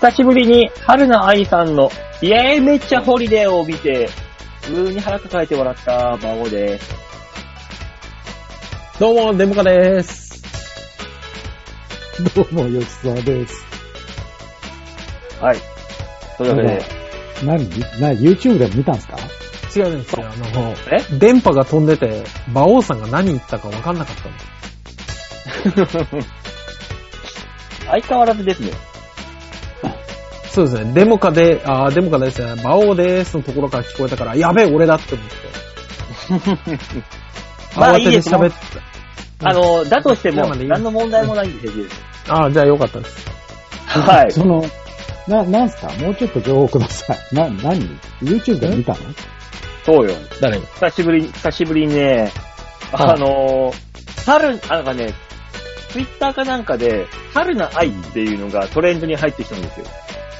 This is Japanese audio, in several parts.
久しぶりに、春菜愛さんの、イエーイめっちゃホリデーを見て、普通に腹抱えて笑った孫です。どうも、デモカです。 どうも、吉沢です。はい。というわけで、何な、YouTube でも見たんすか違うんですよ。あの、え電波が飛んでて、馬王さんが何言ったか分かんなかったの。 相変わらずですね。そうですね。デモカで、あーデモカですね。馬王ですのところから聞こえたから、やべえ、俺だって思って。まあ慌ててい喋いっでて。あの、だとしてもまあまあい、い何の問題もないんです よ。あーじゃあよかったです。はい。 その、な、なんすかもうちょっと情報ください。な、何 ?YouTube でも見たのそうよ。誰に久しぶりに、久しぶりにね、はいあのー、春、あなんかね、ツイッターかなんかで、春な愛っていうのがトレンドに入ってきたんですよ。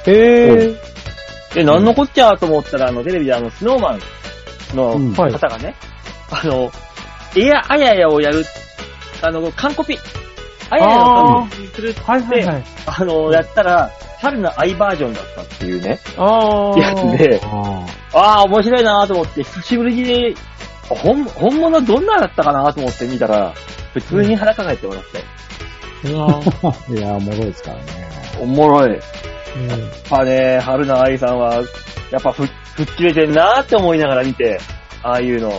えー。で、なんのこっちゃと思ったら、あの、テレビであの、スノーマンうのんはい方がね、あの、エアあややをやる、あの、完コピ、あややの完コピにするって、はいはいはい。あの、やったら、春の愛バージョンだったっていうね、あー。やつで、あああ、面白いなーと思って、久しぶりに、本、本物どんなだったかなーと思って見たら、普通に腹抱えて笑って。うわーあ。いや、おもろいですからね。おもろい。やっうんぱね、春菜愛さんは、やっぱふ、吹っ切れてんなーって思いながら見て、ああいうの。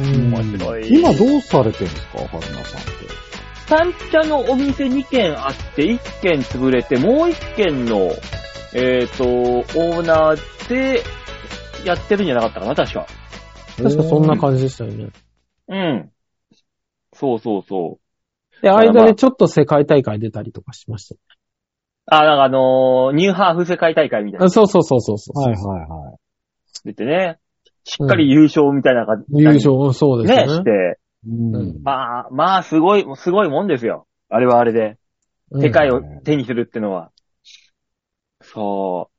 うん面白い今どうされてるんですか春菜さんって。三茶のお店2軒あって、1軒潰れて、もう1軒の、えっ、と、オーナーで、やってるんじゃなかったかな、確か。確かそんな感じでしたよね。うん。そうそうそう。で、まあ間でちょっと世界大会出たりとかしました。あ、なんかあのーニューハーフ世界大会みたいなあ。そうそうそうそうそう。はいはいはい。出てね、しっかり優勝みたいな感じ、優勝、うんそうですね、よしね。て、うん。まあ、まあ、すごい、すごいもんですよ。あれはあれで、うん世界を手にするってのは。そ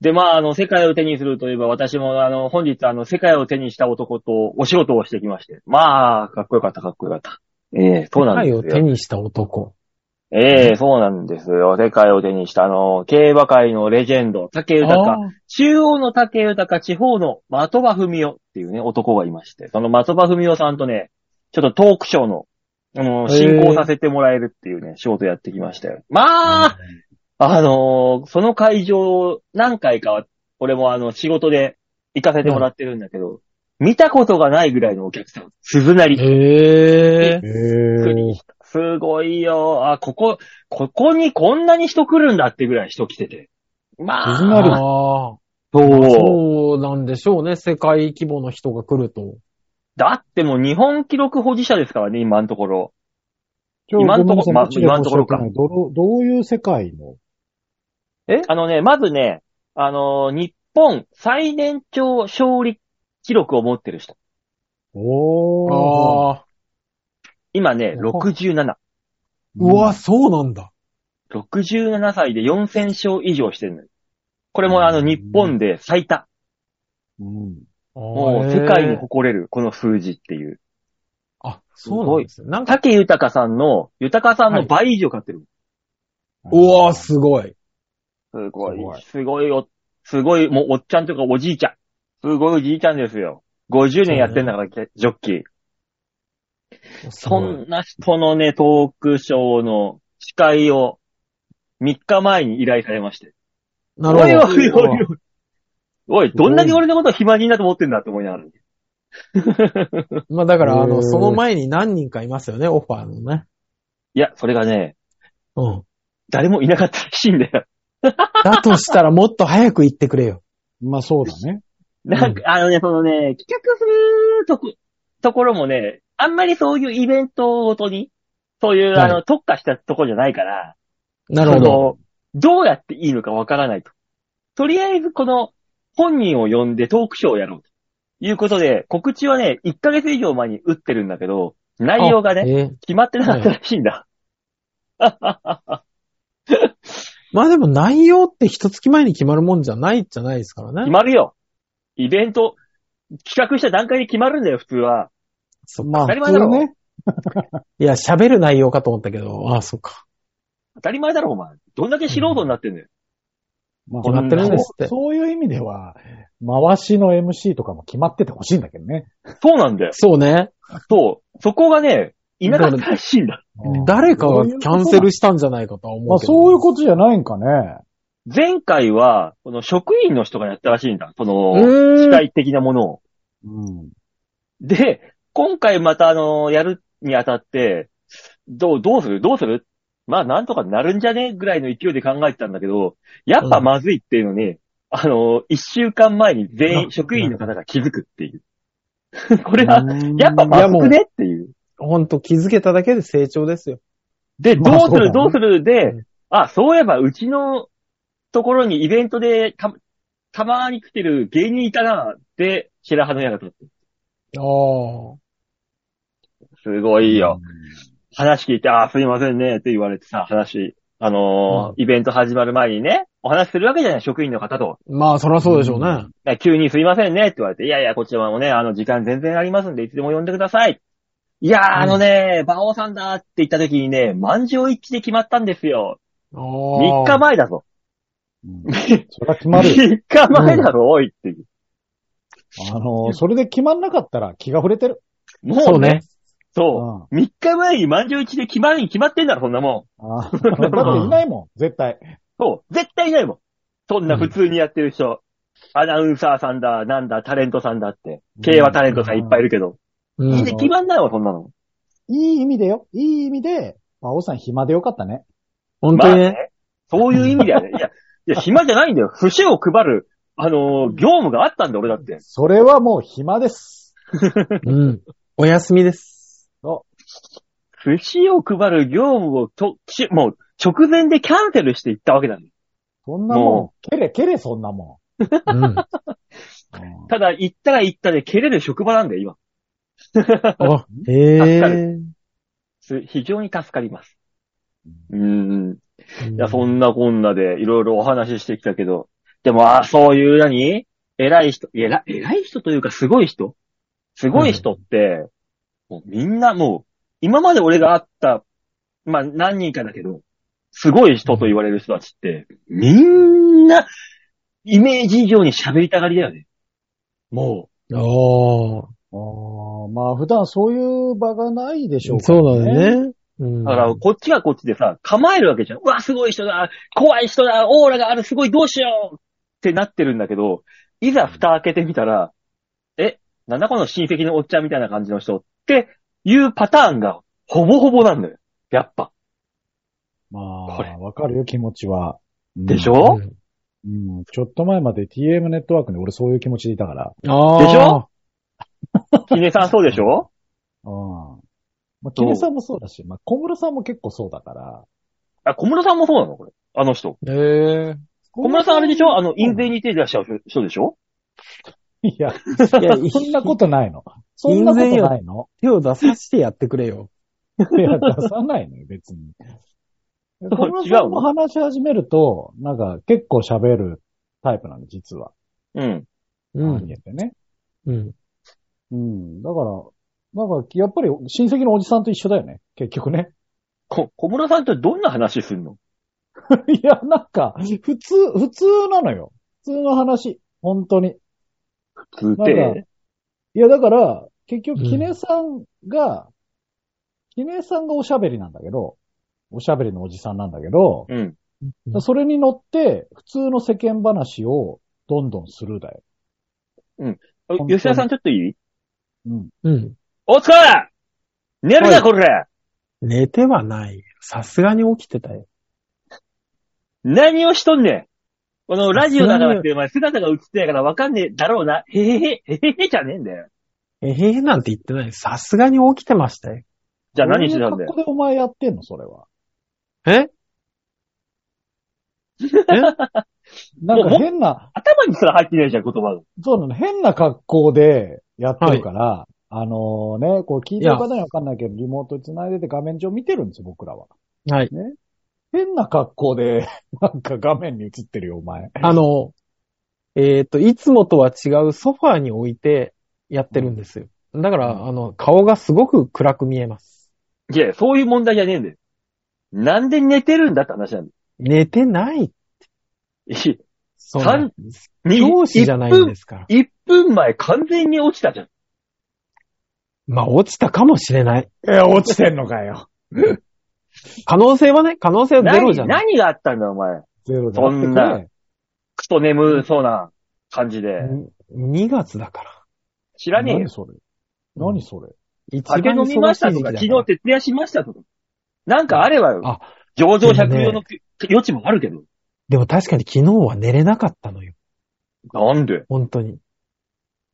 う。で、まあ、あの、世界を手にするといえば、私も、あの、本日、あの、世界を手にした男とお仕事をしてきまして。まあ、かっこよかった、かっこよかった。ええそう世なん界でをす手よ。にした男。ええそうなんですよ。世界を手にした、あの、競馬界のレジェンド、竹豊。あー中央の竹豊、地方の的場文夫っていうね、男がいまして、その的場文夫さんとね、ちょっとトークショーの、あの、へー進行させてもらえるっていうね、仕事やってきましたよ。まあ、あのーその会場、何回かは、俺もあの、仕事で行かせてもらってるんだけど、見たことがないぐらいのお客さん、鈴なり。えええ国ー。すごいよ。あ、ここ、ここにこんなに人来るんだってぐらい人来てて。まあ、鈴なりああ、そう。そうなんでしょうね。世界規模の人が来ると。だってもう日本記録保持者ですからね、今のところ。今今んとこごめんなさいまこっちで申し今訳んところかないどのどういう世界のえあのね、まずね、あのー日本最年長勝利記録を持ってる人。おー。ああ、今ね、67。うわ、そうなんだ。 67歳で4000勝以上してるのよこれもあの、うん日本で最多。うん。もあうー世界にへー誇れる、この数字っていう。あ、そうなんですよ。なんか、竹豊さんの、豊さんの倍以上買ってる。うわー、すごい。すごいすごい、すごいお、すごい、もうおっちゃんというかおじいちゃん。すごいおじいちゃんですよ。50年やってんだから、ジョッキー。そんな人のね、トークショーの司会を3日前に依頼されまして。なおいるおほいど。おいおい。おい、どんだけ俺のこと暇人だと思ってんだって思いながら。まあだから、あへの、ーその前に何人かいますよね、オファーのね。いや、それがね、うん。誰もいなかったらしいんだよ。だとしたらもっと早く言ってくれよ。まあそうだね。なんか、あのね、そのね、企画するとこ、ところもね、あんまりそういうイベントごとに、そういう、あの、特化したところじゃないから、なるほど。そのどうやっていいのかわからないと。とりあえずこの本人を呼んでトークショーをやろうと。いうことで、告知はね、1ヶ月以上前に打ってるんだけど、内容がね、えー決まってなかったらしいんだ。まあでも内容って一月前に決まるもんじゃないじゃないですから決ね。まるよ。イベント、企画した段階で決まるんだよ、普通は。そっまかあ当たり普前だ通ろね。いや、喋る内容かと思ったけど、ああ、そっか。当たり前だろ、お前。どんだけ素人になってんだよ。まあ決まってるんですってそうそういう意味では、回しの MC とかも決まっててほしいんだけどね。そうなんだよ。そうね。そう。そこがね、いなかったらしいんだ。うん誰かがキャンセルしたんじゃないかとはま思あうけど。そういうことじゃないんかね。前回は、この職員の人がやったらしいんだ。そうの、機ーん。械的なものを。うん。で、今回またあの、やるにあたって、どう、どうするどうするまあなんとかなるんじゃねぐらいの勢いで考えてたんだけど、やっぱまずいっていうのに、あの、一週間前に全員、職員の方が気づくっていう。 これは、やっぱまずくねっていう。ほんと気づけただけで成長ですよ。で、まあどうすそうだるねどうするうでん、あ、そういえばうちのところにイベントでた、たまーに来てる芸人いたな、で、白羽の矢が立って。あすごいよ。うん。話聞いて、あー、すいませんね、って言われてさ、話、あのーイベント始まる前にね、お話しするわけじゃない、職員の方と。あ。まあ、そりゃそうでしょうね。ね急にすいませんね、って言われて、いやいや、こちらもね、あの、時間全然ありますんで、いつでも呼んでください。いやー、あのね、馬王さんだって言った時にね、満場一致で決まったんですよ。ああ。 3日前だぞ。うんそれは決まるよ。 3日前だろ、おいっていう。あの、それで決まんなかったら気が触れてる。もそううねね。。そう。3日前に満場一致で決まるに決まってんだろ、そんなもん。あーだっていないもん、絶対。そう。絶対いないもん。そんな普通にやってる人。アナウンサーさんだ、なんだ、タレントさんだって。経営はタレントさんいっぱいいるけど。ういいんね、決まんないわ、そんなの。いい意味でよ。いい意味で、まあ、王さん暇でよかったね。本当まにあね。ね。そういう意味だよ ね。いや、いや、暇じゃないんだよ。不死を配る、あのー業務があったんだよ、俺だって。それはもう暇です。うん。お休みです。不死を配る業務をと、しもう、直前でキャンセルしていったわけだね。そんなもんも、けれ、けれ、そんなも うん。ん。うんただ、行ったら行ったで蹴れる職場なんだよ、今。あ、へ助かえ。す非常に助かります。うん。いいや、そんんなこんなでいろいろお話ししてきたけど、でも、ああ、そういう何偉い人、偉い、偉い人というかすごい人すごい人って、もうみんなもう、今まで俺が会った、まあ何人かだけど、すごい人と言われる人たちって、みんな、イメージ以上に喋りたがりだよね。もああ。あーまあ、普段そういう場がないでしょうからそうだね。うんう。だから、こっちがこっちでさ、構えるわけじゃん。うわ、すごい人だ怖い人だオーラがあるすごいどうしようってなってるんだけど、いざ蓋開けてみたら、え、なんだこの親戚のおっちゃんみたいな感じの人っていうパターンがほぼほぼなんだよ。やっぱ。まこれあ、わかるよ、気持ちは。でしょ、ょ、うんうん、ちょっと前まで TM ネットワークに俺そういう気持ちでいたから。ああ。でしょひねさんそうでしょうん。まあ、キネさんもそうだし、まあ、小室さんも結構そうだから。あ、小室さんもそうなのこれ。あの人。へえ。小室さんあれでしょあの、印税に。に手出しちゃう人でしょいや、いや、そんなことないの。そんなことないの。手を出させてやってくれよ。いや、出さないのよ、別 に。小室さんも話し始めると、なんか結構喋るタイプなの、実は。 うん。うああ見ん。えてね。うん。うん。だから、なんか、やっぱり親戚のおじさんと一緒だよね、結局ね。こ、小室さんってどんな話すんのいや、なんか、普通、普通なのよ。普通の話。本当に。普通っなんかて。いや、だから、結局、うんキネさんが、キネさんがおしゃべりなんだけど、おしゃべりのおじさんなんだけど、うん。うんそれに乗って、普通の世間話をどんどんするだよ。あ当に吉田さんちょっといいうん。うん。おつか寝るはないこれ寝てはない。さすがに起きてたよ。何をしとんねんこのラジオだからって、お前姿が映ってないからわかんねえだろうな。へへへ、へへへじゃねえんだよ。えへへなんて言ってない。さすがに起きてましたよ。じゃあ何してたんだよこ。でお前やってんの、それは。えなんもかう変な、頭にすら入ってないじゃん、言葉が。そうなの、変な格好でやってるから、あのね、こう聞いてる方にはわかんないけど、リモートに繋いでて画面上見てるんですよ、僕らは。はい。変な格好で、 なんか画面に映ってるよ、お前。あの、えっ、と、いつもとは違うソファーに置いてやってるんですよ。だから、あの、顔がすごく暗く見えます。いや、そういう問題じゃねえんだよ。なんで寝てるんだって話なんだよ寝てない。 いそうなんです。教師じゃないんですから。 1分前完全に落ちたじゃん。まあ、落ちたかもしれない。いや、落ちてんのかよ。可能性はね、可能性はゼロ何じゃない。何があったんだお前。 ゼロじゃなくてそんなクソ眠そうな感じで。に ?2 月だから。知らねえよ何。それ何それ一番酒飲みましたとか、忙し昨い時期だ日徹夜しましたとか。なんかあればよ。あ上場100秒のく余地もあるけど。でも確かに昨日は寝れなかったのよ。なんで本当に。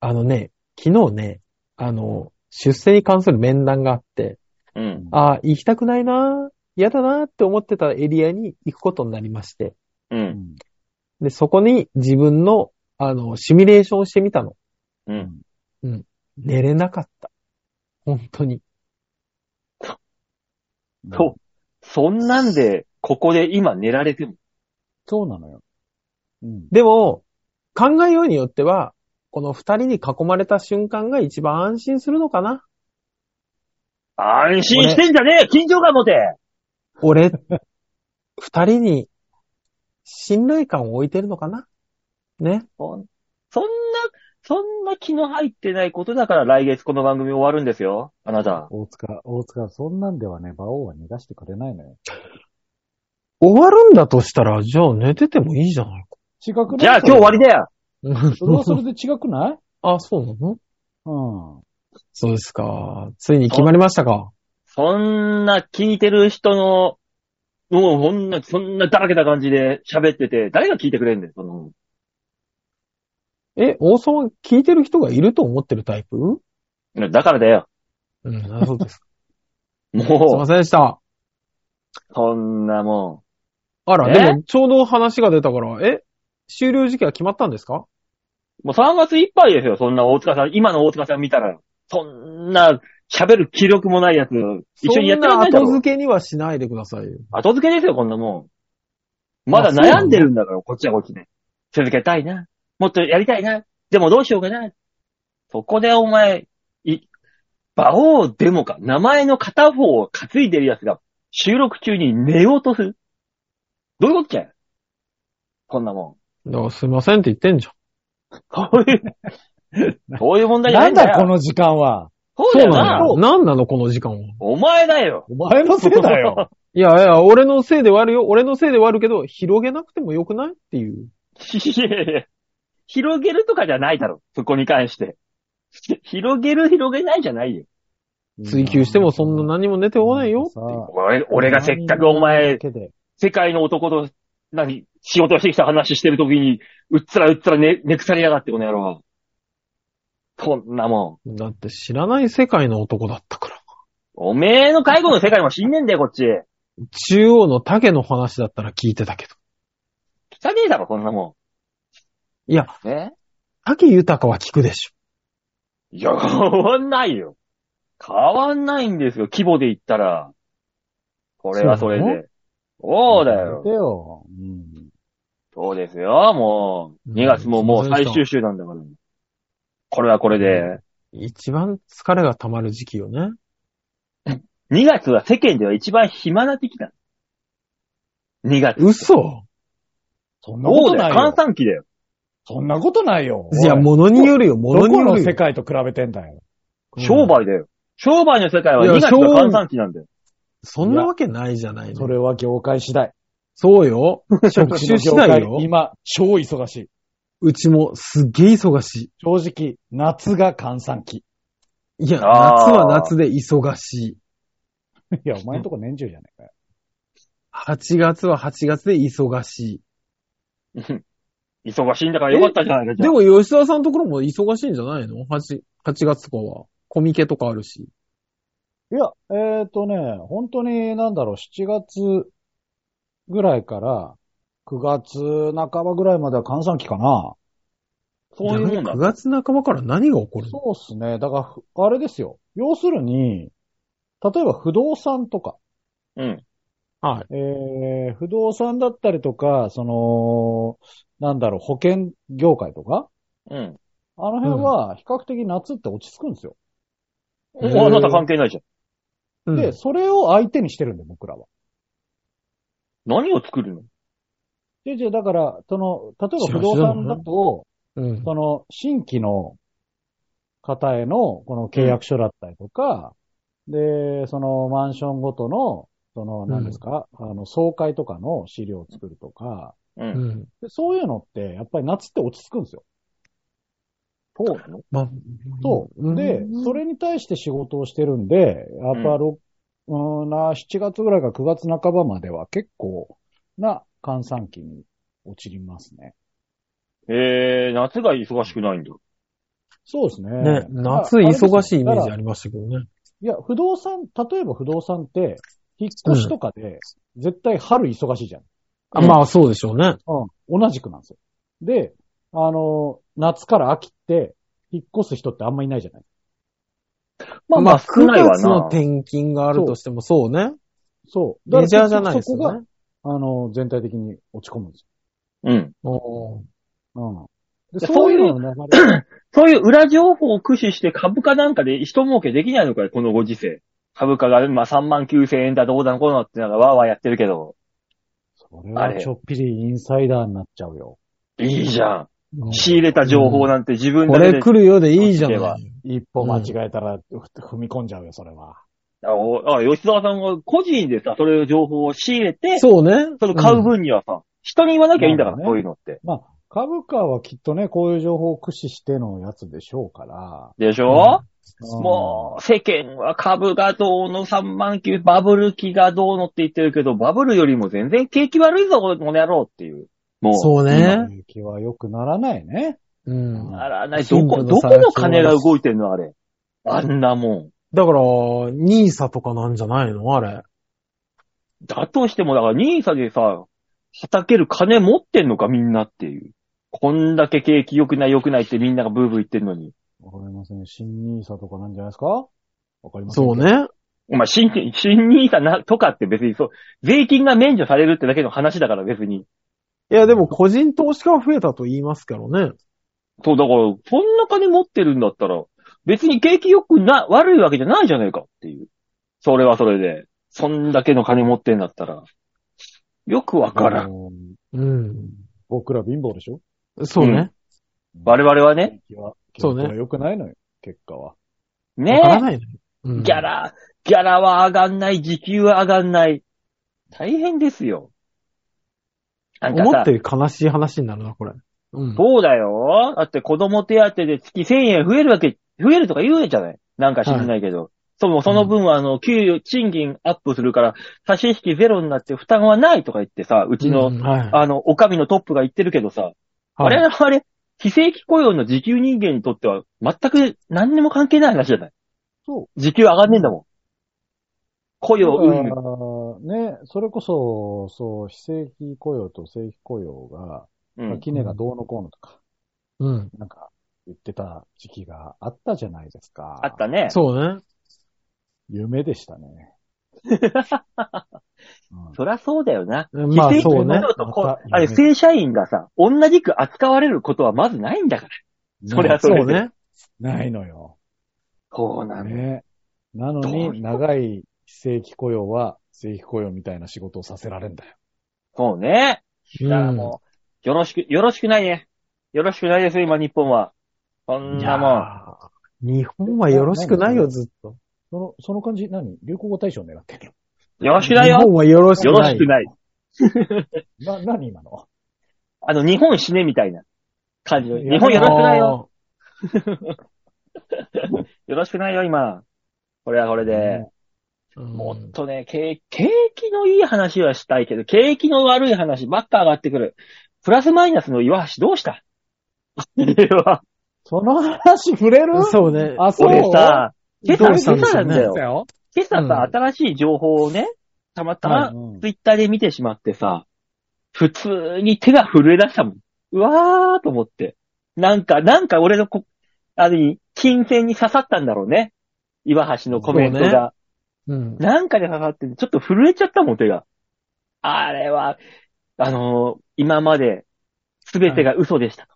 あのね、昨日ね、あの、出世に関する面談があって、うん。ああ、行きたくないな、嫌だなって思ってたエリアに行くことになりまして、う。うんんで、そこに自分の、あの、シミュレーションをしてみたの。うん。寝れなかった。本当に。そう。そんなんで、ここで今寝られても。そうなのよ。うん。でも、考えようによっては、この二人に囲まれた瞬間が一番安心するのかな。安心してんじゃねえ緊張感持て俺、 二人に信頼感を置いてるのかなね。そんそんな、そんな気の入ってないことだから来月この番組終わるんですよ。あなた。大塚、大塚、そんなんではね、馬王は逃がしてくれないのよ。終わるんだとしたら、じゃあ寝ててもいいじゃない違くないじゃあ今日終わりだよ か。それはそれで違く ないあ、そうなのうん。そうですか。ついに決まりましたか。そんな聞いてる人の、もうこんな、そんなだらけた感じで喋ってて、誰が聞いてくれんねん、その。え、王さんは聞いてる人がいると思ってるタイプだからだよ。うん、あそうですか。 すいもませんでした。う、そんなもあら、えでもちょうど話が出たから、え、終了時期は決まったんですかう。もう3月いっぱいですよ、そんな大塚さん。今の大塚さん見たら。そんな、喋る気力もないやつ。一緒にやってらそんんなないだ後ろ。付けにはしないでくださいよ。後付けですよ、こんなもん。まだ悩んでるんだから、こっちはこっちで。続けたいな。もっとやりたいな。でもどうしようかな。そこでお前、い、馬王デモか、名前の片方を担いでるやつが、収録中に寝ようとする。どういうことじゃんこんなもだからすいませんって言ってんじゃん。ん。 そういう、そういう問題じゃなないんんだだよ。この時間は。そうだそうよななの。よ。なんなのこの時間は。お前だよ。お前のせいだよ。いやいや、俺のせいで悪いよ。俺のせいで悪いけど、広げなくてもよくないっていう。 いやいやいや広げるとかじゃないだろ。そこに関して。広げる、広げないじゃないよ。追求してもそんな何も出てこないよっていう。俺、俺がせっかくお前、世界の男と、何、仕事してきた話してるときに、うっつらうっつらね、寝腐りやがって、この野郎。こんなもん。だって知らない世界の男だったから。おめえの介護の世界も死んねんだよ、こっち。中央の竹の話だったら聞いてたけど。汚ねえだろ、こんなもいや、ん。え竹豊は聞くでしょ。いや、変わんないよ。変わんないんですよ、規模で言ったら。これはそれそうなで。そうだよ。でよ。うん。そうですよ、もう。うん2月ももう最終週なんだから。これはこれで。一番疲れが溜まる時期よね。 2月は世間では一番暇な時期だ。2月。嘘そんなこそうとだないよ。換よ。算期だよ。そんなことないよ。いや、も物によるよ、うど物にこよのる世よ。界と比べてんだよ。うん商売だよ。商売の世界はいや2月商が換算期なんだよ。 そんなわけないじゃないその。れは業界次第。そうよ。職種次第よ。今、超忙しい。うちもすっげえ忙し正直、夏が換算 期。い。いや、夏あーは夏で忙しい。いや、お前んとこ年中じゃねえかよ。 8月は8月で忙し忙しいんだからよかったじゃないか、い。じゃであも吉田さんのところも忙しいんじゃないの ?8、8月とかは。コミケとかあるし。いや、えっ、とね、本当に、なんだろう、7月ぐらいから、9月半ばぐらいまでは換算期かな。そういうもんだ9。月半ばから何が起こるのそうっすね。だからふ、あれですよ。要するに、例えば不動産とか、うん。はい。えー、不動産だったりとか、その、なんだろう、保険業界とか、うん。あの辺は比較的夏って落ち着くんですよ。おあなた関係ないじゃん。うんで、それを相手にしてるんで、僕らは。何を作るの違う違う、だから、その、例えば不知動らない産だと、うん。その、新規の方への、この契約書だったりとか、で、その、マンションごとの、その、何ですか、あの、総会とかの資料を作るとか、う。うんん。でそういうのって、やっぱり夏って落ち着くんですよ。そうなのまあ、そう。で、それに対して仕事をしてるんで、やっぱろうーんな、7月ぐらいから9月半ばまでは結構な閑散期に落ちりますね。えー、夏が忙しくないんだ。そうですね。ね、夏忙しいイメージありましたけどね。いや、不動産、例えば不動産って、引っ越しとかで、絶対春忙しいじゃん。あまあ、そうでしょうね。うん。同じくなんですよ。で、あの、夏から秋って、引っ越す人ってあんまいないじゃないまあまあ少ないわ9月のな。転勤があるとしても、そうね。そう。メジャーじゃないですそこよがね、。あの、全体的に落ち込むんですうん。おーよ。うん。で、そそうういいううのの流れ。 そういう裏情報を駆使して株価なんかで一儲けできないのかよ、このご時世。株価が今3万9千円だどうだこうだってなんかわーわーやってるけど。それはちょっぴりインサイダーになっちゃうよ。いいじゃん。うん仕入れた情報なんて自分こだけで。れ来るよでいいじゃこっない。一歩間違えたら、ふ踏み込んじゃうよ、それは。あおあ、吉沢さんが個人でさ、それを情報を仕入れて、そそうね。れを買う分にはさ、人に言わなきゃいいんだから、まあねこういうのって。まあ、株価はきっとね、こういう情報を駆使してのやつでしょうから。でしょ、うんもう、世間は株がどうの3万級、バブル期がどうのって言ってるけど、バブルよりも全然景気悪いぞ、この野郎っていう。もう、そうね。景気は良くならないね。うん。あらない、ど貧こ、富どの差この金が動いてんの、あれ。あんなもん。だから、ニーサとかなんじゃないのあれ。だとしても、だから、ニーサでさ、はたける金持ってんのか、みんなっていう。こんだけ景気良くない良くないってみんながブーブー言ってんのに。わかりません。新ニーサとかなんじゃないですかわかりません。そう。ね。お前、新、新ニーサな、とかって別にそう、税金が免除されるってだけの話だから別に。いや、でも個人投資家が増えたと言いますからね。そう、だから、そんな金持ってるんだったら、別に景気良くな、悪いわけじゃないじゃないかっていう。それはそれで。そんだけの金持ってんだったら。よくわからあん。のうん。僕ら貧乏でしょそうね。我々はね、景気は。そうね景気は良くないのよ、結果は。わ、からねないね。うんギャラ、ギャラは上がんない、時給は上がんない。大変ですよ。なんか思さっ、てる悲しい話になるな、これ。うん。そうだよ。だって子供手当で月1000円増えるわけ、増えるとか言うじゃないなんか知んないけど。そう、その分は、あの、給与、賃金アップするから、差し引きゼロになって負担はないとか言ってさ、うちの、うんはい。あの、お上のトップが言ってるけどさ、はい我々、非正規雇用の時給人間にとっては、全く何にも関係ない話じゃない。そう時給上がんねえんだもん。雇用、だからうん。ね、それこそ、そう、非正規雇用と正規雇用が、うまあん。キネがどうのこうのとか、うん。なんか言ってた時期があったじゃないですか。あったね。そうね。夢でしたね。 うんそりゃそうだよな。まあ非正そ規雇うね。用とこう、またあれ、正社員がさ、同じく扱われることはまずないんだから。それはそれうでね。ないのよ。そうなんだよ。ね。なのどうに、長い非正規雇用は、正規雇用みたいな仕事をさせられんだよ。そうね。うだからんもう、よろしく、よろしくないね。よろしくないですよ、今、日本は。そんいなやもん。ー日本はよろしくないよ、ずっと。その、その感じ、何流行語大賞狙ってるよろしくない日よ。本はよろしくよろなしいく。ない。のな、何今のあの、日本死ねみたいな感じの。いや日本よろしくないよ。あーよろしくないよ、今。これはこれで。うんもっとね、景景気のいい話はしたいけど、景気の悪い話ばっか上がってくる。プラスマイナスの岩橋どうした あれは、その話触れるそうね。あ、そう俺さ、今朝、どうしたん今でしょ朝なうんねだよ。よ。今朝うんさ、新しい情報をね、たまたはまうんツイッターで見てしまってさ、普通に手が震え出したもん。うわーと思って。なんか、なんか俺のこ、あれ、金銭に刺さったんだろうね。岩橋のコメントそうねが。うん。なんかで刺さってて、ちょっと震えちゃったもん、手が。あれは、あのー今まで、すべてが嘘でしたと。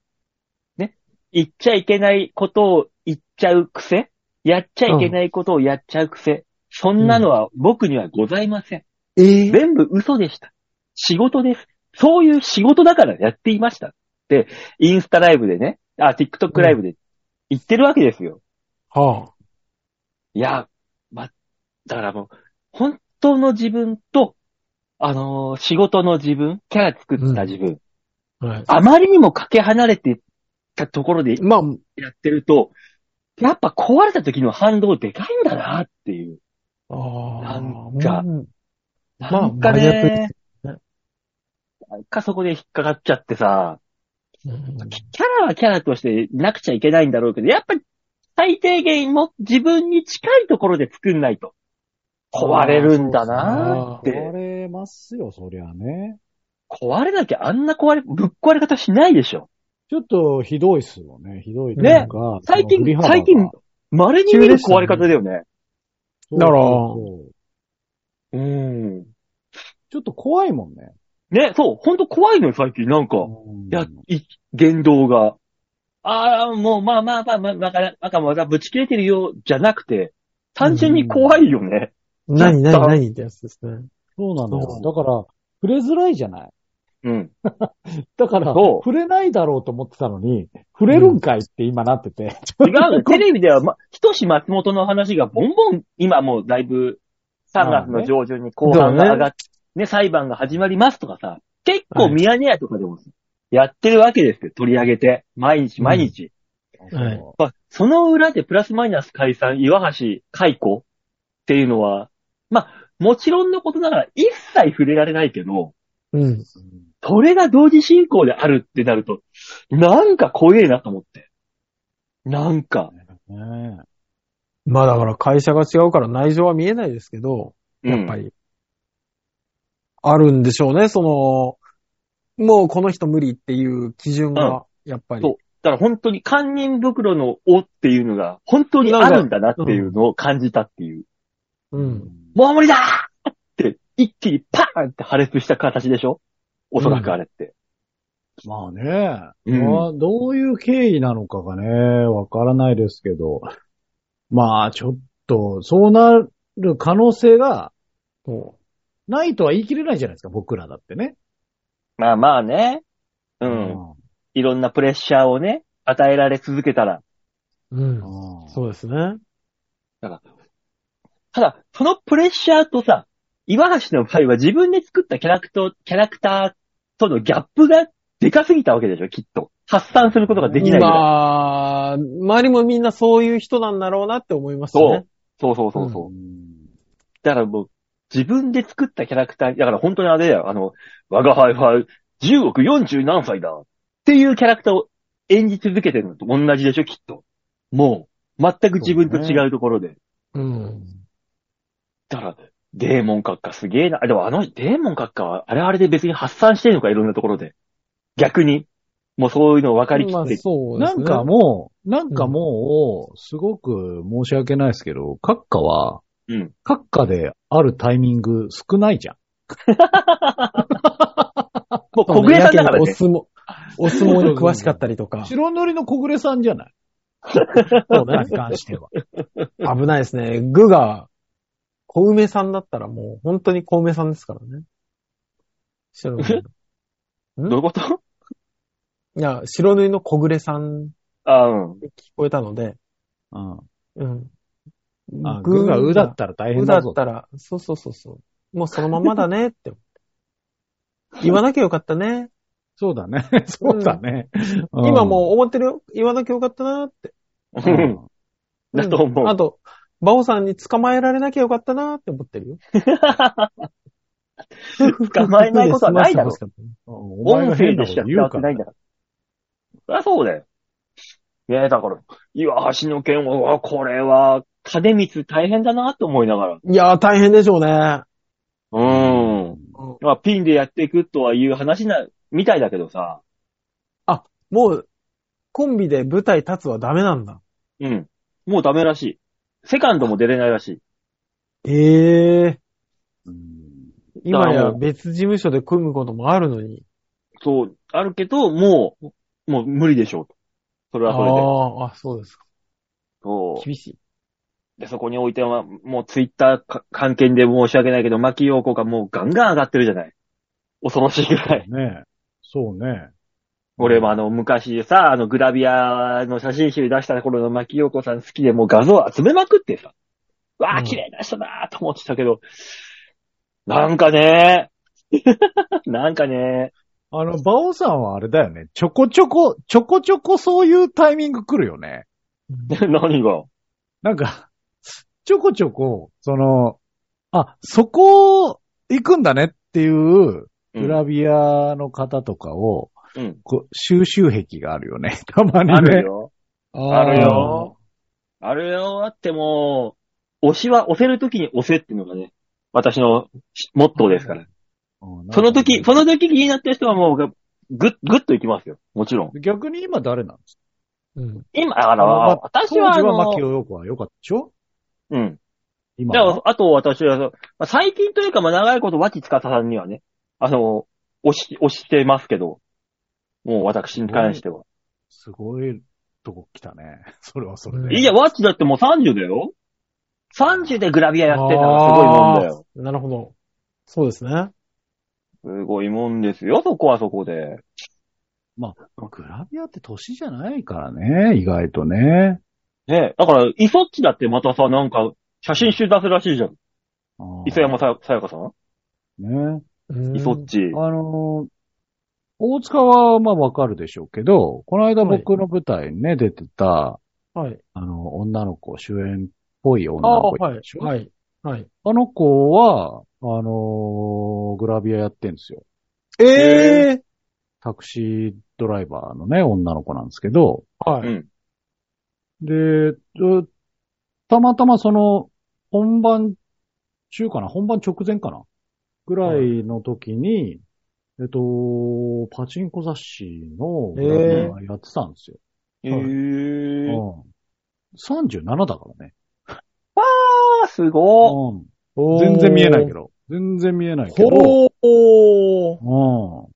ね。言っちゃいけないことを言っちゃう癖やっちゃいけないことをやっちゃう癖、そんなのは僕にはございません。ええ全部嘘でした。仕事です。そういう仕事だからやっていましたって、インスタライブでね、あ、TikTok ライブで言ってるわけですよ。はあ。いや、ま、だからもう、本当の自分と、あのー仕事の自分、キャラ作った自分、はい。あまりにもかけ離れてたところでまあ、やってると、やっぱ壊れた時の反動でかいんだなっていう。あなあ。んかうんあなんかマニアックでね、ねなんかそこで引っかかっちゃってさ、うんキャラはキャラとしてなくちゃいけないんだろうけど、やっぱり最低限も自分に近いところで作んないと。壊れるんだなーって。壊れますよ、そりゃね。壊れなきゃあんな壊れ、ぶっ壊れ方しないでしょ。ちょっとひどいっすよね、ひどいというねか。最近その振り幅が最近稀に見る壊れ方だよね。そうだからそうそううん。ちょっと怖いもんね。ね、そう、ほんと怖いのよ、最近。なんか、うんや、い、言動が。ああ、もう、まあまあまあまあ、まあ、まあ、まだぶち切れてるよ、じゃなくて、単純に怖いよね。何、何、何ってやつですね。そうなんだそよ。うだから、触れづらいじゃない。うん。だから、そう触れないだろうと思ってたのに、触れるんかいって今なってて。違うのよ テレビでは、ま、ひとし松本の話がボンボン、今もうだいぶ、3月の上旬に後半が上がって、ね、裁判が始まりますとかさ、結構ミヤネ屋とかでも、やってるわけですよ、取り上げて。毎日、毎日。はい そうまあ、その裏でプラスマイナス解散、岩橋解雇っていうのは、まあ、もちろんのことながら一切触れられないけど、うん。それが同時進行であるってなると、なんか怖えなと思って。なんか。ねえまあだから会社が違うから内情は見えないですけど、やっぱり。り、あるんでしょうね、その、もうこの人無理っていう基準が、やっぱり。そうだから本当に堪忍袋の尾っていうのが本当にあるんだなっていうのを感じたっていう。うん。もう無理だーって一気にパーンって破裂した形でしょおそらくあれって。まあね、うんまあどういう経緯なのかがね、わからないですけど、まあちょっと、そうなる可能性がそないとは言い切れないじゃないですか、僕らだってね。まあまあね。う。うんいろんなプレッシャーをね、与えられ続けたら。う。うん。んそうですね。ただ、そのプレッシャーとさ、岩橋の場合は自分で作ったキャラクター、キャラクターとのギャップがでかすぎたわけでしょ、きっと。発散することができないぐらいまあ、周りもみんなそういう人なんだろうなって思いますそねう。。そうそうそうそう、うんだからもう、自分で作ったキャラクター、だから本当にあれだよ、あの、我が輩は10億40何歳だっていうキャラクターを演じ続けてるのと同じでしょ、きっと。もう、全く自分と違うところで。うん。だから、デーモン閣下すげえな。あでもあの、デーモン閣下は、あれはあれで別に発散してるのか、いろんなところで。逆に。もうそういうのを分かりきまあって。そうでなすね。んかもう、なんかもう、すごく申し訳ないですけど、閣下は、うん閣下であるタイミング少ないじゃん。もう国営さんだからおね。相撲、 お相撲に詳しかったりとか。白塗りの小暮さんじゃないそうねに関しては。危ないですね。具が、小梅さんだったらもう本当に小梅さんですからね。白塗りどんういうことの。いや、白縫いの小暮さんあうん。で聞こえたので、うん。うん。あ、グがうだったら大う変だだっぞ。たら、そうそうそうそう。もうそのまま だねって。言わなきゃよかったね。そうだね。 そうだね。うん今もう思ってるよ。言わなきゃよかったなって。ううんん だと思う。あと、バオさんに捕まえられなきゃよかったなって思ってるよ。 捕まえないことはないだろ。お前音が声変なでこしかと伝言わうってかならいん。だから。そりゃそうだよ。ねえ、だから、岩橋の件は、うわこれは、金光大変だなと思いながら。 いやー大変でしょうね。うん。まあ、ピンでやっていくとはいう話な、みたいだけどさ。もう、コンビで舞台立つはダメなんだ。うん。もうダメらしい。セカンドも出れないらしい。ええうん今だからやもう別事務所で組むこともあるのに。そう、あるけど、もう、もう無理でしょうと。それあはそれで。あ、あ、そうですか。そ厳しい。う。で、そこにおいては、もうツイッター関係で申し訳ないけど、牧陽子がもうガンガン上がってるじゃない。恐ろしいぐらい。ねそうね。俺もあの、昔さ、あの、グラビアの写真集出した頃の牧陽子さん好きでもう画像集めまくってさ、わうあ、ん綺麗な人だーと思ってたけど、なんかね なんかねあの、バオさんはあれだよね。ちょこちょこ、ちょこちょこそういうタイミング来るよね。何がなんか、ちょこちょこ、その、あ、そこ行くんだねっていう、うグんラビアの方とかを、うん。こう収集癖があるよね。 たまにね。あるよ。ああるよ。あるよ。あってもう、押しは押せるときに押せっていうのがね、私のモットーですから。うん。その時、なんかその時気になった人はもうが、ぐっ、ぐっといきますよ。もちろん。逆に今誰なんですかうん。今、ああのまのあ、私はあ当時は牧の、野陽子は良かったでしょうん。今じゃはあ、あと私は、まあ最近というか、まあ、長いこと、脇司さんにはね、あの、押し、押してますけど、もう私に関しては。すごいとこ来たね。 それはそれうんで。いや、ワッチだってもう30だよ ?30 でグラビアやってたらすごいもんだよ。なるほど。そうですね。すごいもんですよ、そこはそこで。グラビアって年じゃないからね、意外とね。ねだから、イソッチだってまたさ、なんか、写真集出すらしいじゃん。磯山さやさやかさんね。うんイソッチ。あのー大塚はまあわかるでしょうけど、この間僕の舞台にね、出てた、はい。あの、女の子、主演っぽい女あのあ、子いたはいでし。ょはい。はい。あの子は、あのーグラビアやってんですよ。ええタクシードライバーのね、女の子なんですけど、はうい。ん。で、えたまたまその、本番中かな本番直前かなぐらいの時に、えっと、パチンコ雑誌のグラビアやってたんですよ。えー。うん、37だからね、あー、すごうん。全然見えないけど。全然見えないけど。ほー。うん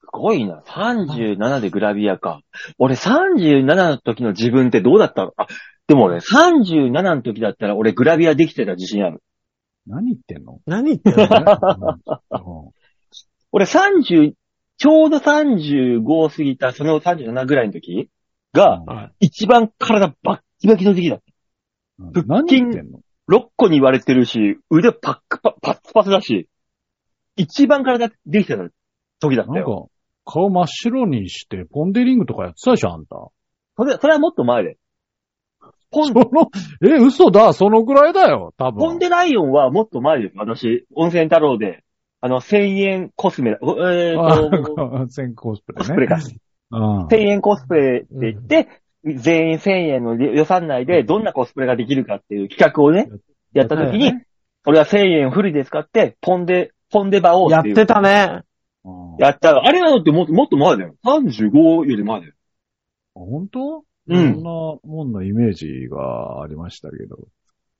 すごいな。37でグラビアか。俺37の時の自分ってどうだったのあ、でも俺37の時だったら俺グラビアできてた自信ある。何言ってんの何言ってんのうん俺30、ちょうど35過ぎた、その37ぐらいの時が、はい一番体バッキバキの時だ。うん腹筋何言ってんの6個に言われてるし、腕パックパ、パッツパツだし、一番体できてた時だったなんかよ。、顔真っ白にして、ポンデリングとかやってたでしょ、あんた。それ、それはもっと前で。ポンその、え、嘘だ、そのぐらいだよ、多分。ポンデライオンはもっと前です。私、温泉太郎で、あの、千円コスメだ、おえーと、 あ全コスプレね。コスプレか。うん。千円コスプレって言って、全員千円の予算内でどんなコスプレができるかっていう企画をね、やった時やに、俺は千円をフルで使って、ポンデ、ポンデバをやってたうね。んやった。あれなのってもっともっと前だよ。35より前だよ。本当うそんん。なもんのイメージがありましたけど。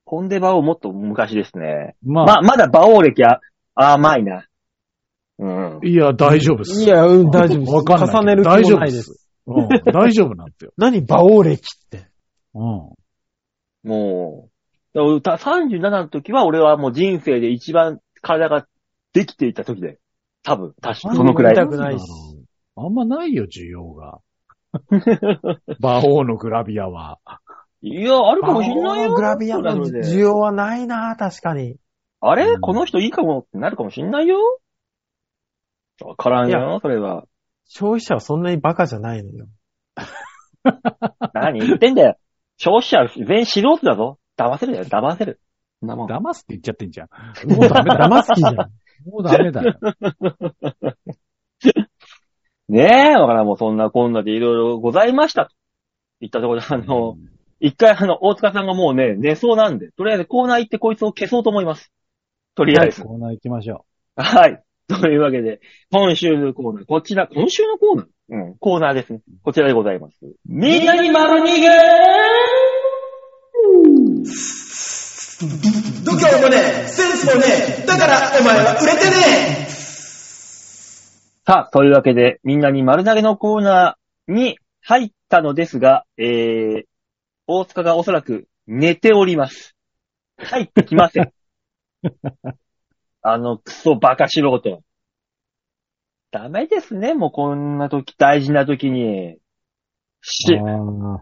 ポンデバをもっと昔ですね。まあ、まあ、まだ馬王歴は甘いな。うん。いや、大丈夫っす。いや、うん、大丈夫です。わかんないけど重ねる気もないです。うん、大丈夫なんですよ。何、馬王歴って。うん。もう、だから37の時は俺はもう人生で一番体ができていた時で。多分、確 かそのくら見たい。くないしあんまないよ、需要が。 馬王のグラビアは。いや、あるかもしんない馬王のよ。グラビアの需要はないな、確かに。あれうんこの人いいかもってなるかもしんないよ。わからんいよ、それは。消費者はそんなにバカじゃないのよ。何言ってんだよ。消費者全員素人だぞ。騙せるだよ、騙せる。そんなもん。騙すって言っちゃってんじゃん。もうダメ、騙す気 じゃん。もうダメだよ。ねえ、わからん、もうそんなこんなでいろいろございました。言ったところで、 あの、一回あの、大塚さんがもうね、寝そうなんで、とりあえずコーナー行ってこいつを消そうと思います。とりあえず。コーナー行きましょはい。というわけで、今週のコーナー、こちら、今週のコーナーうん、コーナーですね。こちらでございます。みんなに丸逃げ度胸もねえ、センスもねえ、だからお前は売れてねえさあ、というわけで、みんなに丸投げのコーナーに入ったのですが、えー、大塚がおそらく寝ております。入ってきません。あの、クソバカ素人。ダメですね、もうこんな時、大事な時に。し、あー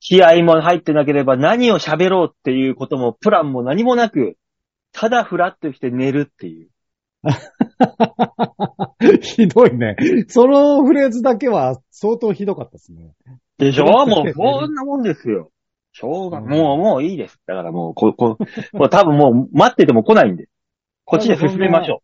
気合も入ってなければ何を喋ろうっていうことも、プランも何もなく、ただフラッとして寝るっていう。 ひどいね。そのフレーズだけは相当ひどかったですね。でしょそうもでう、すねこんなもんですよ。しょうが、うんもう、もういいです。だからもう、 こ、こ、これ多分もう待ってても来ないんで。こっちで進めましょ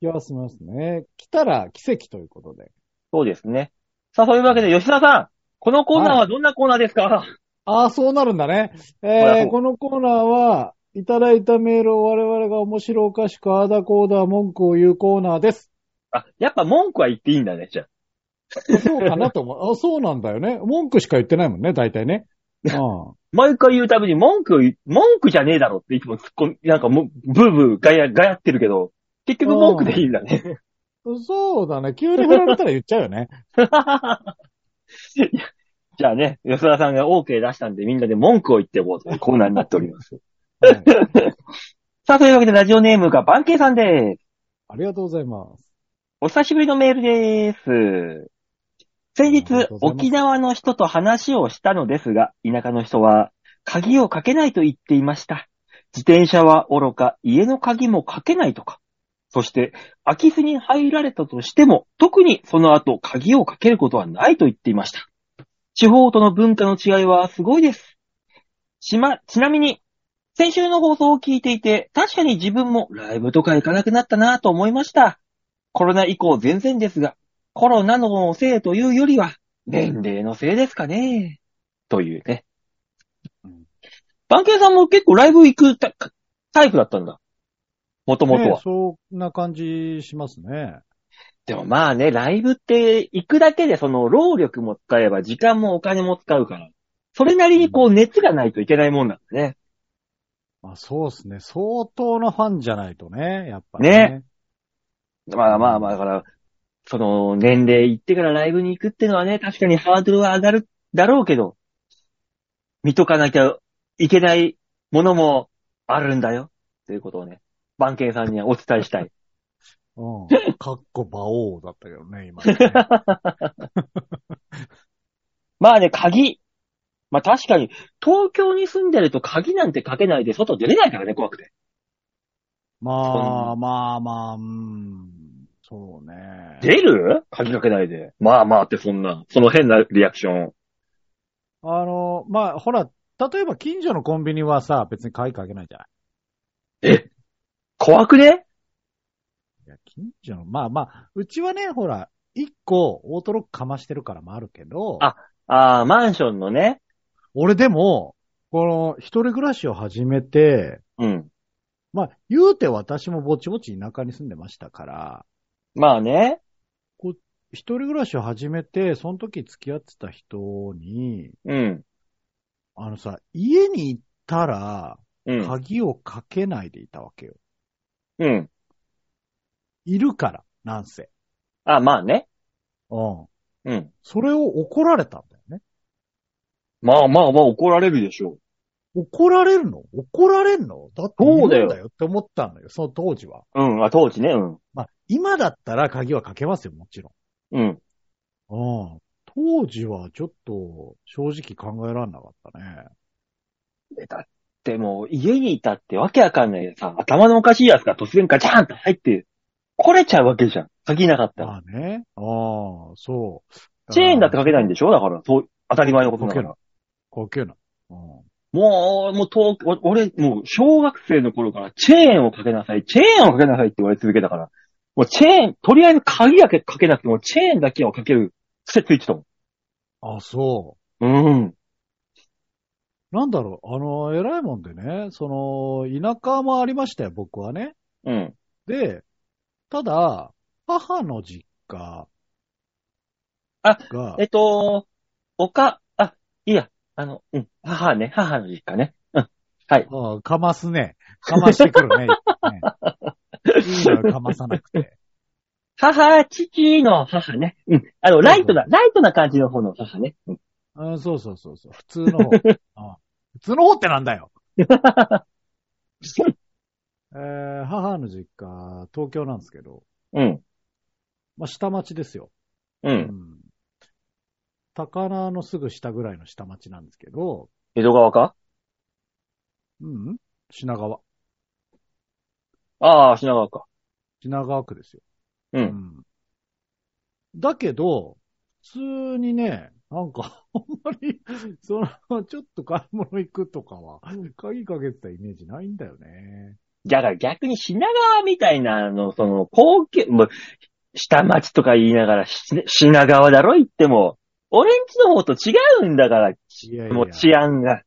う。気はしますね。来たら奇跡ということで。そうですね。さあ、そういうわけで、吉田さん、このコーナーはどんなコーナーですか、 ああ、そうなるんだね。りゃえそー、うこのコーナーは、いただいたメールを我々が面白おかしく、あーだこーだ文句を言うコーナーです。あ、やっぱ文句は言っていいんだね、じゃあ。そうかなと思う。あ、 そうなんだよね。文句しか言ってないもんね、大 体ね。うん。毎回言うたびに文句を言う、文句じゃねえだろっていつも突っ込み、なんかもう、ブーブーガヤ、ガヤってるけど、結局文句でいいんだね。そうだね。急に振られたら言っちゃう よね。いやじゃあね、吉田さんが OK 出したんで、みんなで文句を言っていこうというコーナーになっております。はいさあ、というわけで、ラジオネームがバンケイさんです。ありがとうございます。お久しぶりのメールです。先あり日がとう、ございます沖縄の人と話をしたのですが、田舎の人は、鍵をかけないと言っていました。自転車は愚か、家の鍵もかけないとか。そして、空き巣に入られたとしても、特にその後、鍵をかけることはないと言っていました。地方との文化の違いはすごいです。しま、ちなみに、先週の放送を聞いていて、確かに自分もライブとか行かなくなったなぁと思いました。コロナ以降全然ですが、コロナのせいというよりは、年齢のせいですかね。というねうん。バンケンさんも結構ライブ行くタタイプだったんだ。もともとねは。そんな感じしますね。でもまあね、ライブって行くだけでその労力も使えば時間もお金も使うから、それなりにこう熱がないといけないもんなんだね。まあそうですね。相当なファンじゃないとね、やっぱねまあまあまあ、だから、その年齢行ってからライブに行くってのはね、確かにハードルは上がるだろうけど、見とかなきゃいけないものもあるんだよ。ということをね、バンケンさんにはお伝えした い。うん。かっこ馬王だったけどね、今ね、まあね、鍵。まあ確かに、東京に住んでると鍵なんてかけないで外出れないからね、怖くて。まあまあまあ、うん。そうね。出る鍵かけないで。まあまあってそんな、その変なリアクション。あの、まあほら、例えば近所のコンビニはさ、別に鍵かけないじゃない。怖くねいや、近所の、まあまあ、うちはね、ほら、一個オートロックかましてるからもあるけど、あああ、マンションのね。俺でも、この一人暮らしを始めて、うん。まあ、言うて私もぼちぼち田舎に住んでましたから、まあね。一人暮らしを始めて、その時付き合ってた人に、うん。あのさ、家に行ったら、うん。鍵をかけないでいたわけよ。うん。いるから、なんせ。あ、まあね。うん。うん。それを怒られたんだよね。まあまあまあ怒られるでしょ怒られるの怒られるのだってそうだよいるんだよって思ったのよ、その当時は。う。うん。あ、当時ね。うん。まあ、今だったら鍵はかけますよ、もちろん。うん。うん。当時はちょっと正直考えられなかったね。えだってもう家にいたってわけわかんないでさ、頭のおかしいやつが突然ガチャンって入って、来れちゃうわけじゃん。鍵なかったら。まあね。ああ、そう。チェーンだってかけないんで。でしょだから、そう、当たり前のことだかかけらな。かけない。うん。もう、もう遠く、お俺、もう小学生の頃からチェーンをかけなさい、チェーンをかけなさいって言われ続けたから、もうチェーン、とりあえず鍵だけかけなくても、チェーンだけをかける癖ついてたもん。あ、そうん。う。なんだろう。あの、偉いもんでね、その、田舎もありましたよ、僕はね。うん。で、ただ、母の実家あが、えっと、おか、あ、いいや、あの、うん、母ね、母の実家ね。うん。はい。ああかますね。かましてくる ね。ねいいのよかまさなくて。母、父の母ね。うん。あの、ライトな、ライトな感じの方の母ね。うん。うん、そうそうそうそう。普通の 方ああ普通の方ってなんだよ。 えー母の実家、東京なんですけど、うん。まあ、下町ですよ。う。うんん。高輪のすぐ下ぐらいの下町なんですけど、江戸川かうん品川。ああ、品川か。品川区ですよ。うんうんだけど、普通にね、なんか、 あんまり、その、ちょっと買い物行くとかは、鍵かけてたイメージないんだよね。だから逆に品川みたいな、あの、その、高級、もう、下町とか言いながら、し品川だろ言っても、俺んちの方と違うんだから、いやいやもう治安が。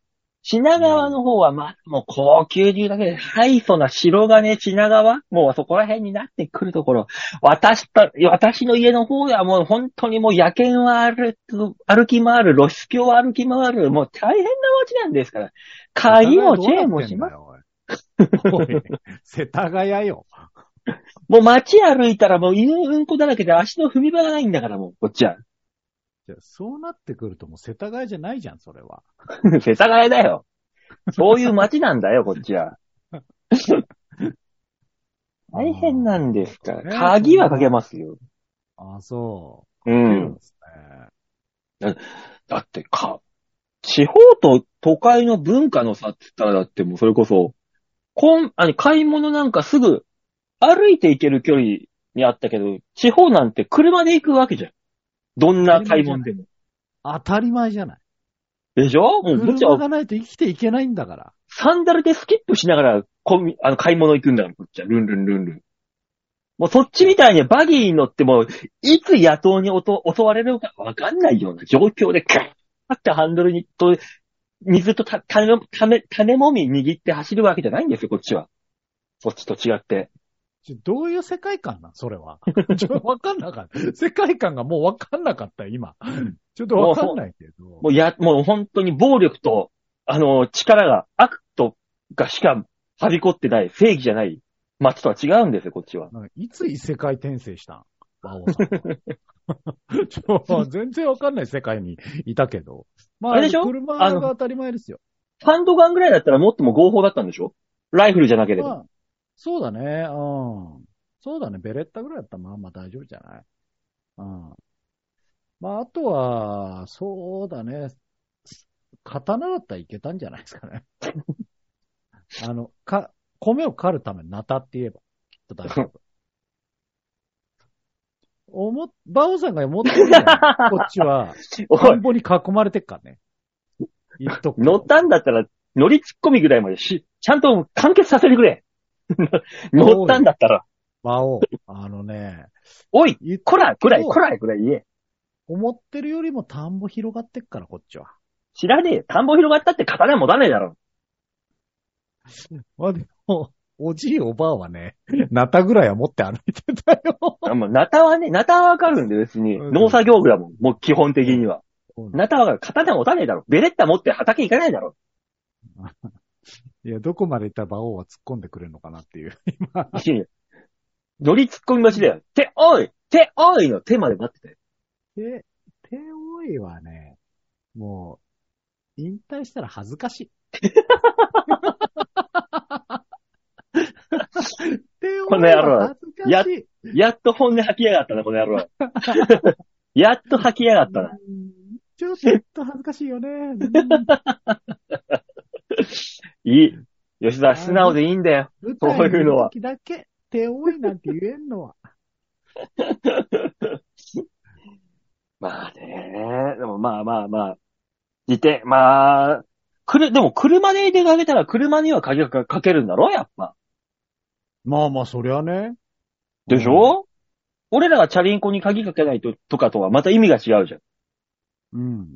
品川の方は、まあ、もう高級住宅で、ハイソな白金品川もうそこら辺になってくるところ。私た、私の家の方ではもう本当にもう野犬は歩く、歩き回る、露出狂は歩き回る、もう大変な街なんですから。鍵もチェーンもします。世田谷どうなってんだよ。おいおい世田谷よ。もう街歩いたらもう犬うんこだらけで足の踏み場がないんだからもう、こっちは。 じゃあそうなってくるともう世田谷じゃないじゃん、それは。世田谷だよ。そういう街なんだよ、こっちは。大変なんですかねら。鍵はかけますよ。あ、そうう。ん。ですねだってか、地方と都会の文化の差って言ったらだってもうそれこそ、こん、あの、買い物なんかすぐ歩いて行ける距離にあったけど、地方なんて車で行くわけじゃん。どんな買い物でも。当たり前じゃない。でしょもうむちゃ車がないと生きていけないんだから。サンダルでスキップしながら、コンビ、あの、買い物行くんだから、こっちは。ルンルンルンルン。もうそっちみたいにバギーに乗っても、いつ野党におと襲われるかわかんないような状況で、ガーってハンドルにと、水とた、ため、ため、種もみ握って走るわけじゃないんですよ、こっちは。そっちと違って。ちょどういう世界観なんそれは。 ちょ、わかんなかった。世界観がもうわかんなかった、今。ちょっとわかんないけど。もうや、もう本当に暴力と、あの、力が、悪とがしか、はびこってない、正義じゃない街とは違うんですよ、こっちは。なんかいつ異世界転生したん馬王さん は。ちょ、全然わかんない世界にいたけど。まあ、あれでしょ車あがの当たり前ですよ。ハンドガンぐらいだったらもっとも合法だったんでしょライフルじゃなけれまば。あ、そうだね、うん。そうだね、ベレッタぐらいだったらまあまあ大丈夫じゃないうん。まあ、あとは、そうだね、刀だったらいけたんじゃないですかね。 あの、か、米を狩るためのナタって言えば、きっと大丈夫。おも、バオさんが持ってるじ ゃないこっちは、お田いん、ぼに囲まれてっからね。言っとくけど乗ったんだったら、乗り突っ込みぐらいまでし、ちゃんと完結させてくれ。乗ったんだったら、馬王。あのね、おい、言っこら、ぐらい、そうこら、ぐらい言え。思ってるよりも田んぼ広がってっから、こっちは。知らねえよ。田んぼ広がったって刀持たねえだ ろ。まあでも、おじいおばあはね、 なたぐらいは持って 歩いてたよ。あもう、ナタはね、ナタはわかるんで別に。うん農作業具だもん。もう基本的には。うんナタはわかる。刀持たねえだろ。ベレッタ持って畑行かないだろ。いや、どこまで行ったら馬王は突っ込んでくれるのかなっていう。今、いやいや乗り突っ込み待ちだよ。手、おい手、おいの手まで待ってたよ。手、手多いはね、もう、引退したら恥ずか しい。手多こいの野郎は恥ずかしい。 やっと本音吐きやがったな、この野郎。 やっと吐きやがったな。うんちょっと恥ずかしいよね。うんいい。吉沢、素直でいいんだよ。舞台にいる時だけ、手多いなんて言えんのは。まあね。でもまあまあまあ。いて、まあ、くる、でも車で出かけたら車には鍵がかけるんだろやっぱ。まあまあ、そりゃね。でしょ、俺らがチャリンコに鍵かけないと、とかとはまた意味が違うじゃん。うん。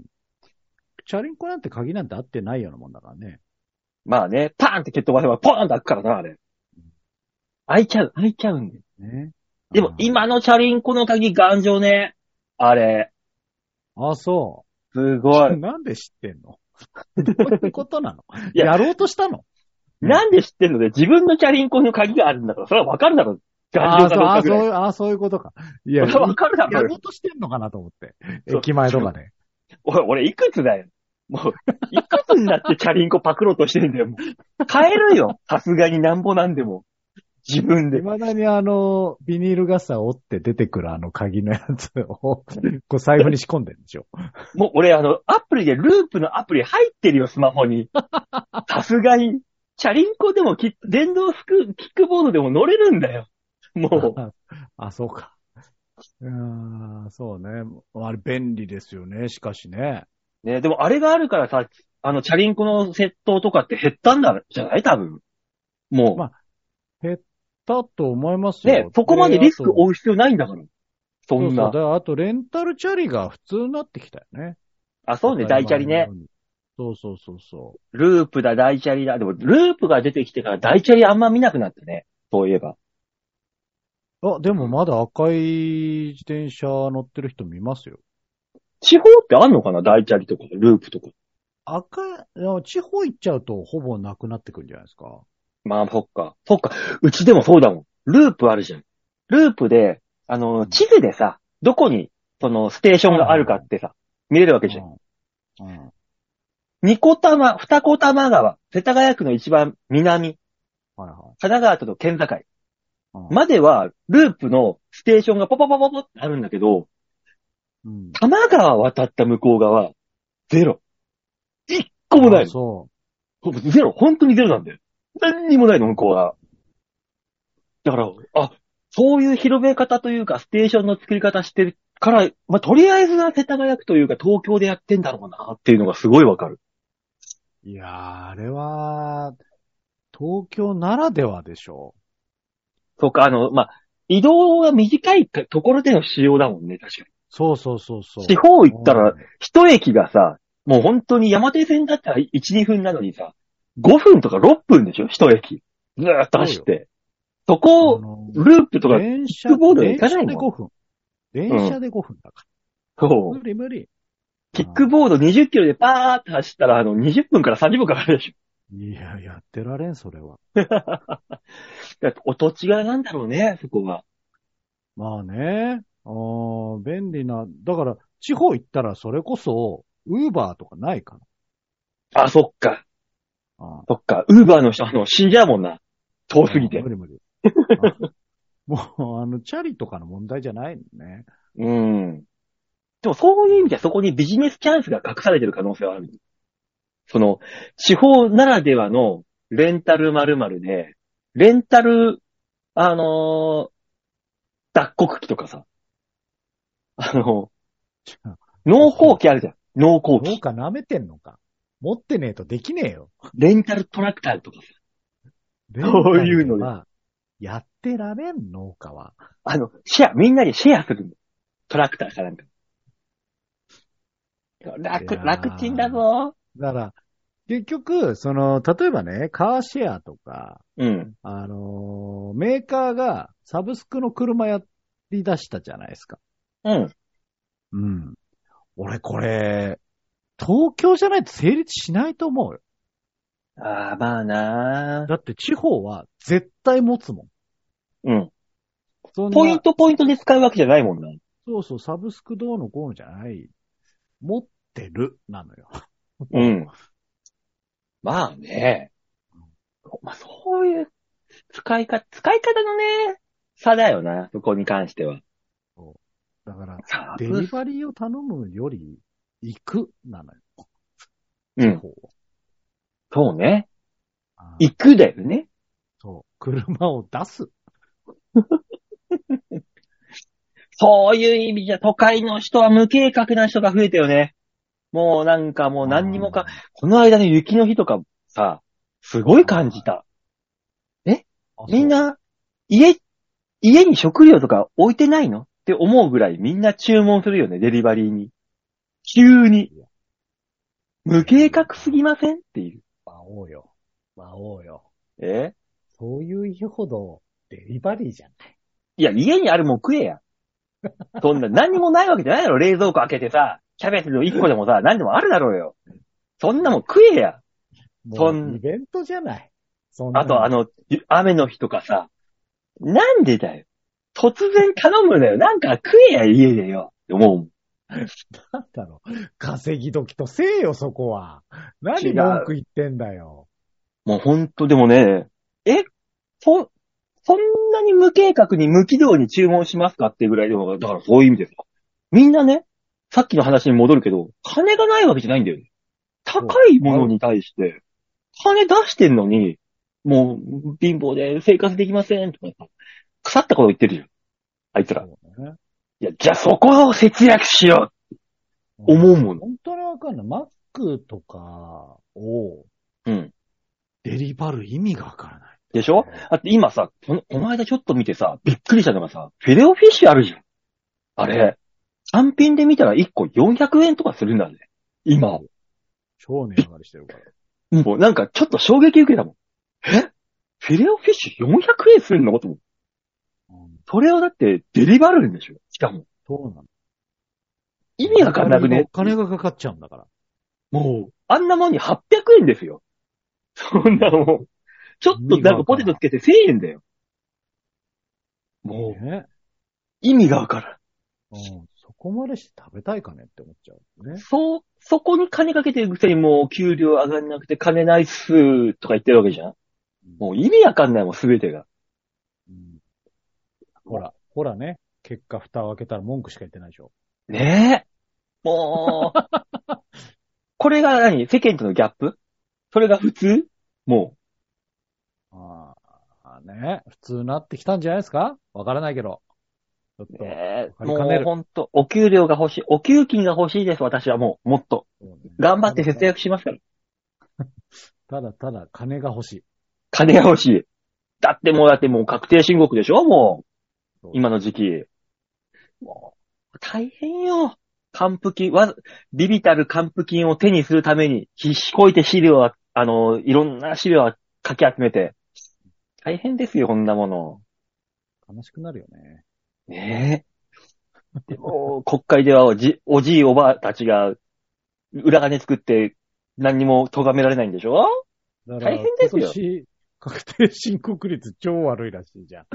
チャリンコなんて鍵なんて合ってないようなもんだからね。まあね、パーンって蹴っ飛ばせばポーンと開くからな、あれ。開いちゃう、開いちゃうんだよ。ね。でも今のチャリンコの鍵頑丈ね。あれ。あ。あ、そすごう。い。なんで知ってんのどういうことなのいややろうとしたのなんで知ってんのね自分のチャリンコの鍵があるんだから、それはわかるだろ。あ頑丈かあ、そう、どうあかあ、ぐそらうい。いう、ああ、そういうことか。いや、それはわかるだやろろ。うとしてんのかなと思って。そう駅前とかで。おい、俺いくつだよ。もう、いく つになってチャリンコパクろうとしてんだよ。もう変えるよ。さすがになんぼなんでも。自分で。未だにあの、ビニール傘を折って出てくるあの鍵のやつを、 こう財布に仕込んでるんでしょ。もう俺あの、アプリで、ループのアプリ入ってるよ、スマホに。さすがに。チャリンコでもき、電動スク、キックボードでも乗れるんだよ。もう、あ、そうか。うーん、そうね。あれ便利ですよね、しかしね。ね、でもあれがあるからさ、あの、チャリンコの窃盗とかって減ったんだ、じゃない多分。もう、まだと思いますよ。ね、そこまでリスク多い負う必要ないんだから。そんそうなそう。。だあと、レンタルチャリが普通になってきたよね。あ、そうね、大チャリね。。そうそうそうそう。ループだ、大チャリだ。でも、ループが出てきてから大チャリあんま見なくなってね。そういえば。あ、でもまだ赤い自転車乗ってる人見ますよ。地方ってあんのかな大チャリとか、ループとか。赤い、あ地方行っちゃうとほぼなくなってくるんじゃないですか。まあ、そっか。そっか。うちでもそうだもん。ループあるじゃん。ループで、あの、地図でさ、どこに、その、ステーションがあるかってさ、見れるわけじゃん。うん。うん。二子玉、二子玉川、世田谷区の一番南、はいは神奈川との県境うんまでは、ループのステーションがポポポポポってあるんだけど、い。うん。多摩川渡った向こう側、ゼロ。一個もないあのそほぼゼロ。本当にゼロなんだよ。何にもないの、向こうは。だから、あ、そういう広め方というか、ステーションの作り方してるから、まあ、とりあえずは世田谷区というか、東京でやってんだろうな、っていうのがすごいわかる。う。いやー、あれは、東京ならではでしょとか、あの、まあ、移動が短いかところでの使用だもんね、確かう。そうそうそうそう。に。地方行ったら、、一駅がさ、もう本当に山手線だったら1、2分なのにさ、5分とか6分でしょ一駅。ずーっと走って。そこを、のループとか、電車キックボードで行かないもん電車で5分。電車で5分だかこら。う無理無理。キックボード20キロでパーって走ったら、あの、20分から30分かかるでしょ。いや、やってられん、それは。だからお土地がなんだろうね、そこは。まあね。あー便利な。だから、地方行ったらそれこそ、ウーバーとかないかあ、そっか、な。あーそっか。ウーバーの人、あの、死んじゃうもんな。遠すぎて無。理 無理。あもう、あの、チャリとかの問題じゃないのね。うん。でもそういう意味じゃそこにビジネスチャンスが隠されてる可能性はある。その、地方ならではのレンタル〇〇で、レンタル、あのー脱穀機とかさ、あの、農耕機あるじゃん。農耕農機。家舐めてんのか。持ってねえとできねえよ。レンタルトラクターとかさ、そういうのねレンタルとかやってられん、農家は。あの、シェア、みんなにシェアするの。トラクターかなんか。楽、いやー楽ちんだぞ。だから、結局、その、例えばね、カーシェアとか、うん。あのーメーカーがサブスクの車やり出したじゃないですか。うん。うん。俺これ、東京じゃないと成立しないと思うよ。ああ、まあなーだって地方は絶対持つもん。うん。そんなポイントポイントで使うわけじゃないもんな。そうそう、サブスクどうのこうのじゃない。持ってる、なのよ。うん。まあね。まあそういう使い方、使い方のね、差だよな、そこに関しては。だから、さデリバリーを頼むより、行く、なのよ。う地ん。方は。そうね。あー行くだよね。そう。車を出す。そういう意味じゃ、都会の人は無計画な人が増えたよね。もうなんかもう何にもか、この間の雪の日とかさ、すごい感じた。あ。みんな、家、家に食料とか置いてないのって思うぐらいみんな注文するよね、デリバリーに。急に。無計画すぎませんっていう。そう。魔王よ。魔王よ。えそういう日ほど、デリバリーじゃない。いや、家にあるもん食えや。そんな、何もないわけじゃないだろ、冷蔵庫開けてさ、キャベツの1個でもさ、何でもあるだろうよ。そんなもん食えや。そんもうイベントじゃない。そんなあと、あ、の、ゆ雨の日とかさ、なんでだよ。突然頼むんだよ。なんか食えや、家でよ。って思うもん。なんだろう。稼ぎ時とせえよ、そこは。違何う文句言ってんだよ。もうほんとでもね、え、そ、そんなに無計画に無軌道に注文しますかっていうぐらいでも、だからそういう意味ですか。みんなね、さっきの話に戻るけど、金がないわけじゃないんだよね。高いものに対して、金出してんのに、もう貧乏で生活できませんとかさ、腐ったこと言ってるじゃん。あいつら。そうだねいや、じゃあそこを節約しよう思うもの。本当にわかんない。マックとかをうん。デリバル意味がわからない。でしょだって今さ、この、この間ちょっと見てさ、びっくりしたのがさ、フィレオフィッシュあるじゃん。あれ、単品で見たら1個400円とかするんだね。今。超値上がりしてるから。もうなんかちょっと衝撃受けたもん。えフィレオフィッシュ400円するのと思う。うん、それをだってデリバルーでしょしかも。そうなの。意味わかんなくねお。金がかかっちゃうんだから。もう、あんなもんに800円ですよ。そんなもん。ちょっとなんかポテトつけて1000円だよ。もう、ね。意味がわからん。うん。そこまでして食べたいかねって思っちゃう。ね。そう、そこに金かけてるくせにもう給料上がんなくて金ないっすとか言ってるわけじゃんもう意味わかんないもん、すべてが。うんほら、ほらね。結果、蓋を開けたら文句しか言ってないでしょ。ねえ。もう、これが何世間とのギャップそれが普通もああ、ね。普通になってきたんじゃないですかわからないけど。ちょっう。と。ねえ、わかりもかねうるほんと、お給料が欲しい。お給金が欲しいです、私はもう、もっと。そうね頑張って節約しますから。ただただ金が欲しい。金が欲しい。だってもう、だってもう確定申告でしょもそう、う今の時期。もう、大変よ。還付金、わざ、ビビたる還付金を手にするために、必死こいて資料は、あの、いろんな資料はかき集めて。大変ですよ、こんなもの。悲しくなるよね。ねえ。でも、国会ではおじ、おじいおばあたちが、裏金作って、何にも咎められないんでしょだ大変ですよ今年、確定申告率超悪いらしいじゃん。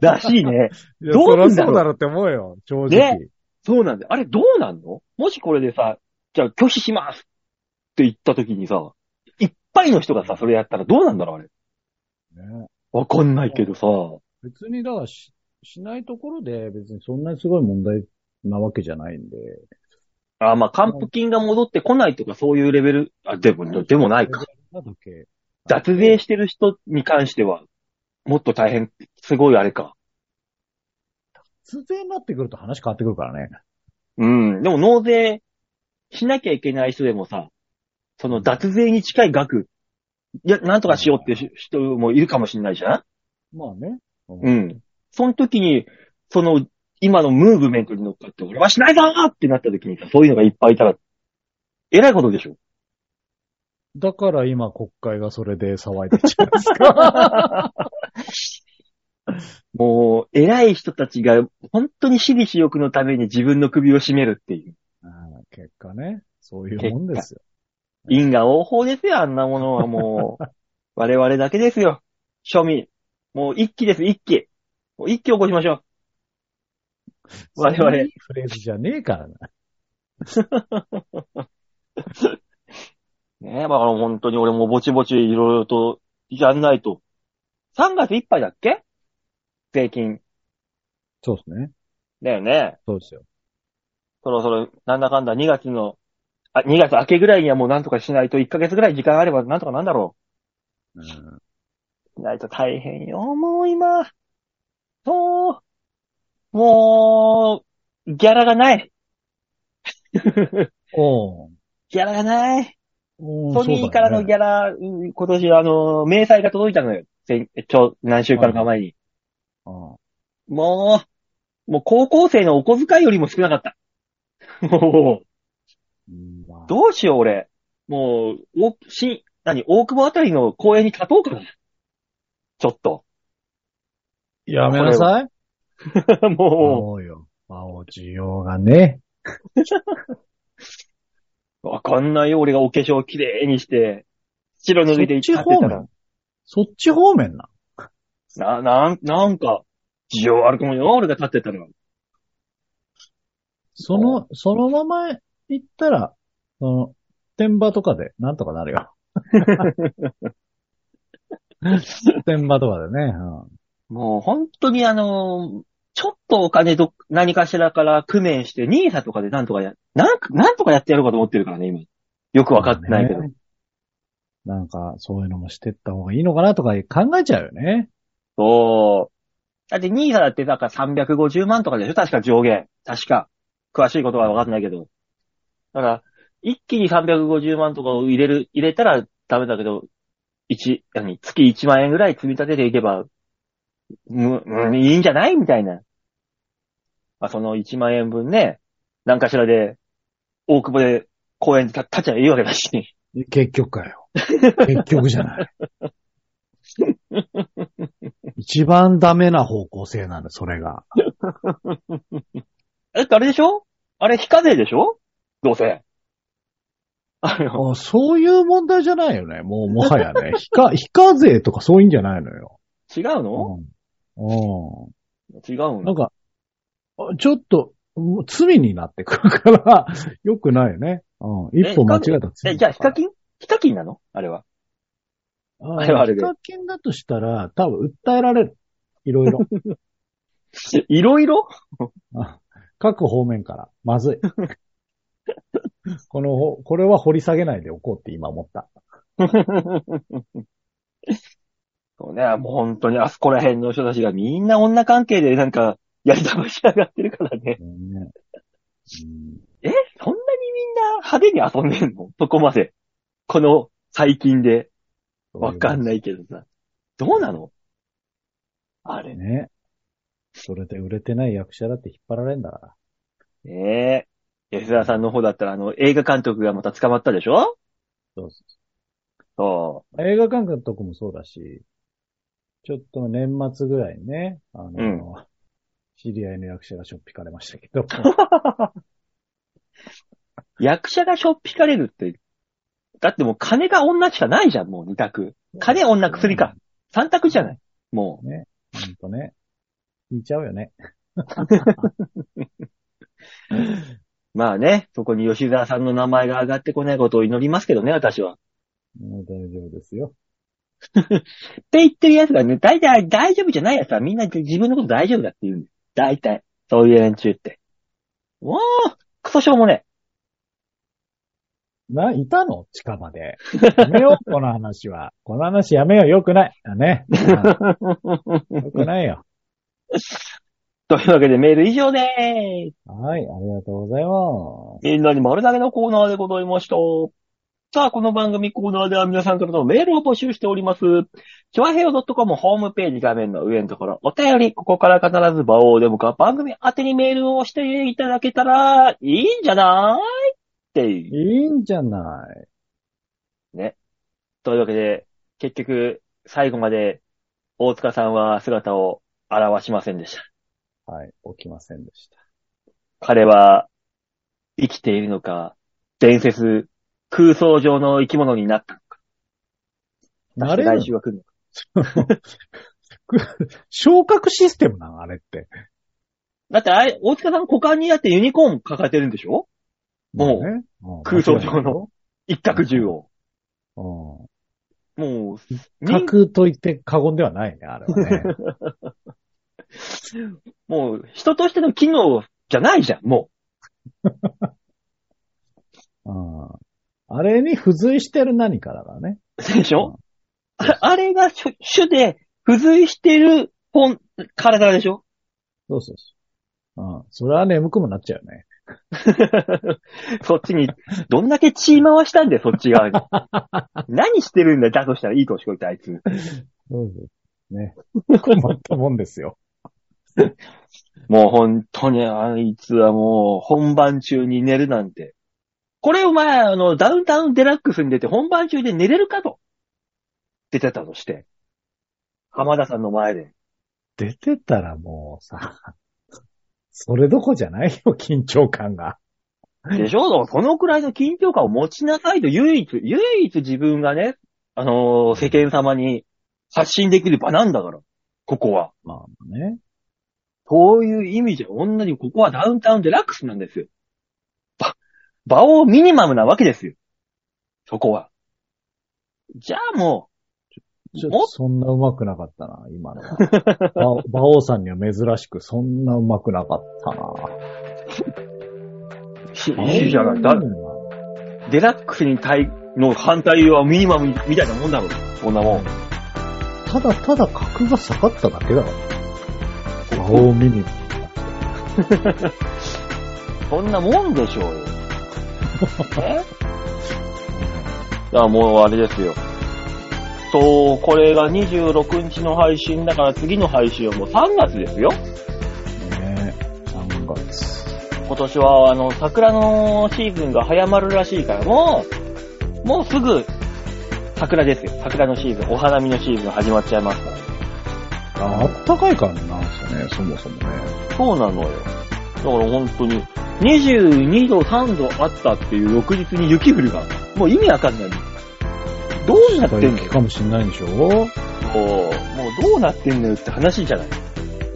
らしいね。いやどうなんだろうそりゃそうだろうって思うよ、正直。ねそうなんだよ。あれどうなんのもしこれでさ、じゃあ拒否しますって言った時にさ、いっぱいの人がさ、それやったらどうなんだろうあれ。ねわかんないけどさ。別にだからし、しないところで別にそんなにすごい問題なわけじゃないんで。あ、まあ、還付金が戻ってこないとかそういうレベル、あ、でも、でもないか。だけ。脱税してる人に関しては、もっと大変、すごいあれか。脱税になってくると話変わってくるからね。うん。でも納税しなきゃいけない人でもさ、その脱税に近い額、いや、なんとかしようって人もいるかもしれないじゃんまあね。う。うんその時に、その、今のムーブメントに乗っかって、俺はしないぞーってなった時にさ、そういうのがいっぱいいたら、えらいことでしょ。だから今国会がそれで騒いでるじゃないです か。もう、偉い人たちが、本当に私利私欲のために自分の首を絞めるっていう。うん結果ね、そういうもんですよ。因果応報ですよ、あんなものはもう。我々だけですよ。庶民。もう一気です、一気。もう一気起こしましょう。我そん々ない。いフレーズじゃねえからな。ねえ、まあ本当に俺もぼちぼちいろいろとやんないと。3月いっぱいだっけ税金。そうですね。だよね。そうですよ。そろそろ、なんだかんだ2月の、あ、2月明けぐらいにはもうなんとかしないと、1ヶ月ぐらい時間あればなんとかなんだろうんう。しないと大変よ、もう今。そう。もう、ギャラがない。おうギャラがない。おうソニーからのギャラ、うん今年あの、明細が届いたのよ。先ちょ、何週間か前に。うんもう、もう高校生のお小遣いよりも少なかった。 もう、うんまあどうしよう俺。もう、お、し、何、大久保あたりの公園に立とうかな。ちょっと。 やめなさい。もそうよ。青需要がね。う、わかんないよ。俺がお化粧きれいにして、白塗そりでっ立ちって方たら面。そっち方面な。な、なん、なんか、需要あるかもよ。俺が立ってたら。その、そのまま行ったら、その、天場とかで、なんとか なるよ。天場とかでね。うんもう本当にあの、ちょっとお金ど、何かしらから工面して、ニーサとかでなんとかや、なんか、なんとかやってやろうかと思ってるからね、今。よくわかってないけど。ねなんか、そういうのもしてった方がいいのかなとか考えちゃうよね。そう。だってニーサだってなんか350万とかでしょ確か上限。確か。詳しいことはわかんないけど。だから、一気に350万とかを入れる、入れたらダメだけど、一、何、月1万円ぐらい積み立てていけば、む、うん、いいんじゃないみたいな。まあ、その1万円分ね、何かしらで、大久保で公園に立立っちゃえばいいわけだし。 結局かよ。結局じゃない。一番ダメな方向性なんだ、それが。え、あれでしょあれ非課税でしょどうせ。あの、あそういう問題じゃないよね。もう、もはやね。 非課、非課税とかそういうんじゃないのよ。違うの、うん。うん。違うなのんか、あちょっと、もう罪になってくるから、 よくないよね。うん。一歩間違えたら罪え、じゃあ、ヒカキンヒカキンなのあれは。 ああれはあれヒでカキンだとしたら、多分訴えられる。いろい ろ。いろいろ 各方面から。まずい。このほ、これは掘り下げないでおこうって今思った。そうね、もう本当にあそこら辺の人たちがみんな女関係でなんか、やりたばし上がってるからね。うんねうんえそんなにみんな派手に遊んでんのそこまで。この最近で。わかんないけどさ。どうなのあれね。それで売れてない役者だって引っ張られんだから。ね。え吉沢さんの方だったら、あの、映画監督がまた捕まったでしょそうそそう映画館監督もそうだし、ちょっと年末ぐらいにね、あの、うん知り合いの役者がしょっぴかれましたけ ど、う。役者がしょっぴかれるって。だってもう金が女しかないじゃん、もう二択。金、女、薬か。三択じゃない。もう。ほんとね、引いちゃうよね。まあね、そこに吉沢さんの名前が上がってこないことを祈りますけどね、私は。もう大丈夫ですよ。って言ってるやつがね、大体大丈夫じゃないやつはみんな自分のこと大丈夫だって言うんだよ。大体。そういう連中って。わあ、クソしょうもねな、いたの近場で。やめよう、この話は。この話やめよう、よくない。だね。え。うんよくないよ。というわけでメール以上でーす。はい、ありがとうございます。みんなに丸投げのコーナーでございました。さあ、この番組コーナーでは皆さんからのメールを募集しております。ちょあへよ .com ホームページ画面の上のところ、お便り、ここから必ず場をでもか番組宛てにメールをしていただけたら、いいんじゃないっていう。いいんじゃない。というわけで、結局、最後まで、大塚さんは姿を現しませんでした。はい、起きませんでした。彼は、生きているのか、伝説、空想上の生き物になったのか。なれる来週は来るのか。昇格システムなのあれって。だってあれ、大塚さん股間にだってユニコーン抱えてるんでしょもうねうん空想上の一角銃を。うん。もう、人格と言って過言ではないね、あれはね。 もう、人としての機能じゃないじゃん、もうん。あれに付随してる何かだからね。う。でしょああれが主主で、付随してる本、体でしょ そうそうそう。うん。それは眠くもなっちゃうよね。そっちに、どんだけ血回したんだよ、そっち側 に。何してるんだよ、だとしたらいい年こいて、あいつ。そうそう。ね。困ったもんですよ。もう本当に、あいつはもう、本番中に寝るなんて。これお前、あの、ダウンタウンデラックスに出て、本番中で寝れるかと。出てたとして。浜田さんの前で。出てたらもうさ、それどこじゃないよ、緊張感が。でしょそのくらいの緊張感を持ちなさいと、唯一、唯一自分がね、あのー世間様に発信できる場なんだから。ここは。まあね。そういう意味じゃ、女にここはダウンタウンデラックスなんですよ。ば、場をミニマムなわけですよ。そこは。じゃあもちょっもとそんな上手くなかったな、今のは。 馬馬王さんには珍しく、そんな上手くなかったな。ひいやだ、デラックスに対、の反対はミニマムみたいなもんだろう。こんなもん。ただただ格が下がっただけだから。馬王ミニム。そんなもんで しょうよ。えあ、もうあれですよ。そう、これが26日の配信だから次の配信はもう3月ですよ。ねえ、3月。今年はあの、桜のシーズンが早まるらしいから、もう、もうすぐ、桜ですよ。桜のシーズン、お花見のシーズン始まっちゃいますから。ああったかい感じなんですよね、そもそもね。そうなのよ。だから本当に、22度、3度あったっていう翌日に雪降るから、もう意味わかんない。どうなってんのよかもしんないんでしょもう、もうどうなってんのよって話じゃない。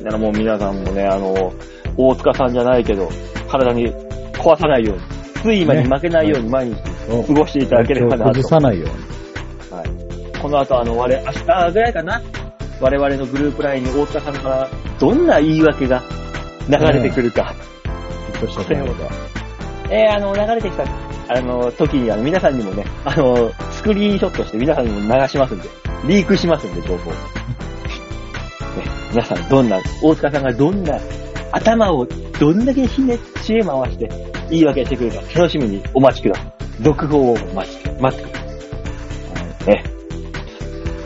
だからもう皆さんもね、あの、大塚さんじゃないけど、体に壊さないように、睡魔に負けないように毎日そう過ごしていただければな崩と。さないように。はい。この後、あの、我、明日ぐらいかな。我々のグループラインに大塚さんからどんな言い訳が流れてくるか。きっとしたと思うがえー、あの、流れてきた、あの、時に、あの、皆さんにもね、あの、スクリーンショットして皆さんにも流しますんで、リークしますんで、情報。ね、皆さん、どんな、大塚さんがどんな、頭をどんだけひね、知恵回して、言い訳してくれるか、楽しみにお待ちください。続報をお待ち、待ってください。ね。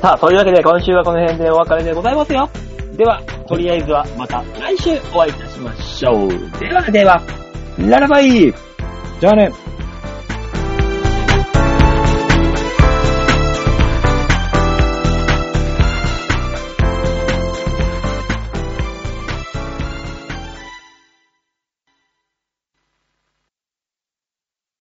さあ、というわけで、今週はこの辺でお別れでございますよ。では、とりあえずは、また来週お会いいたしましょう。ではでは、ララバイじゃあね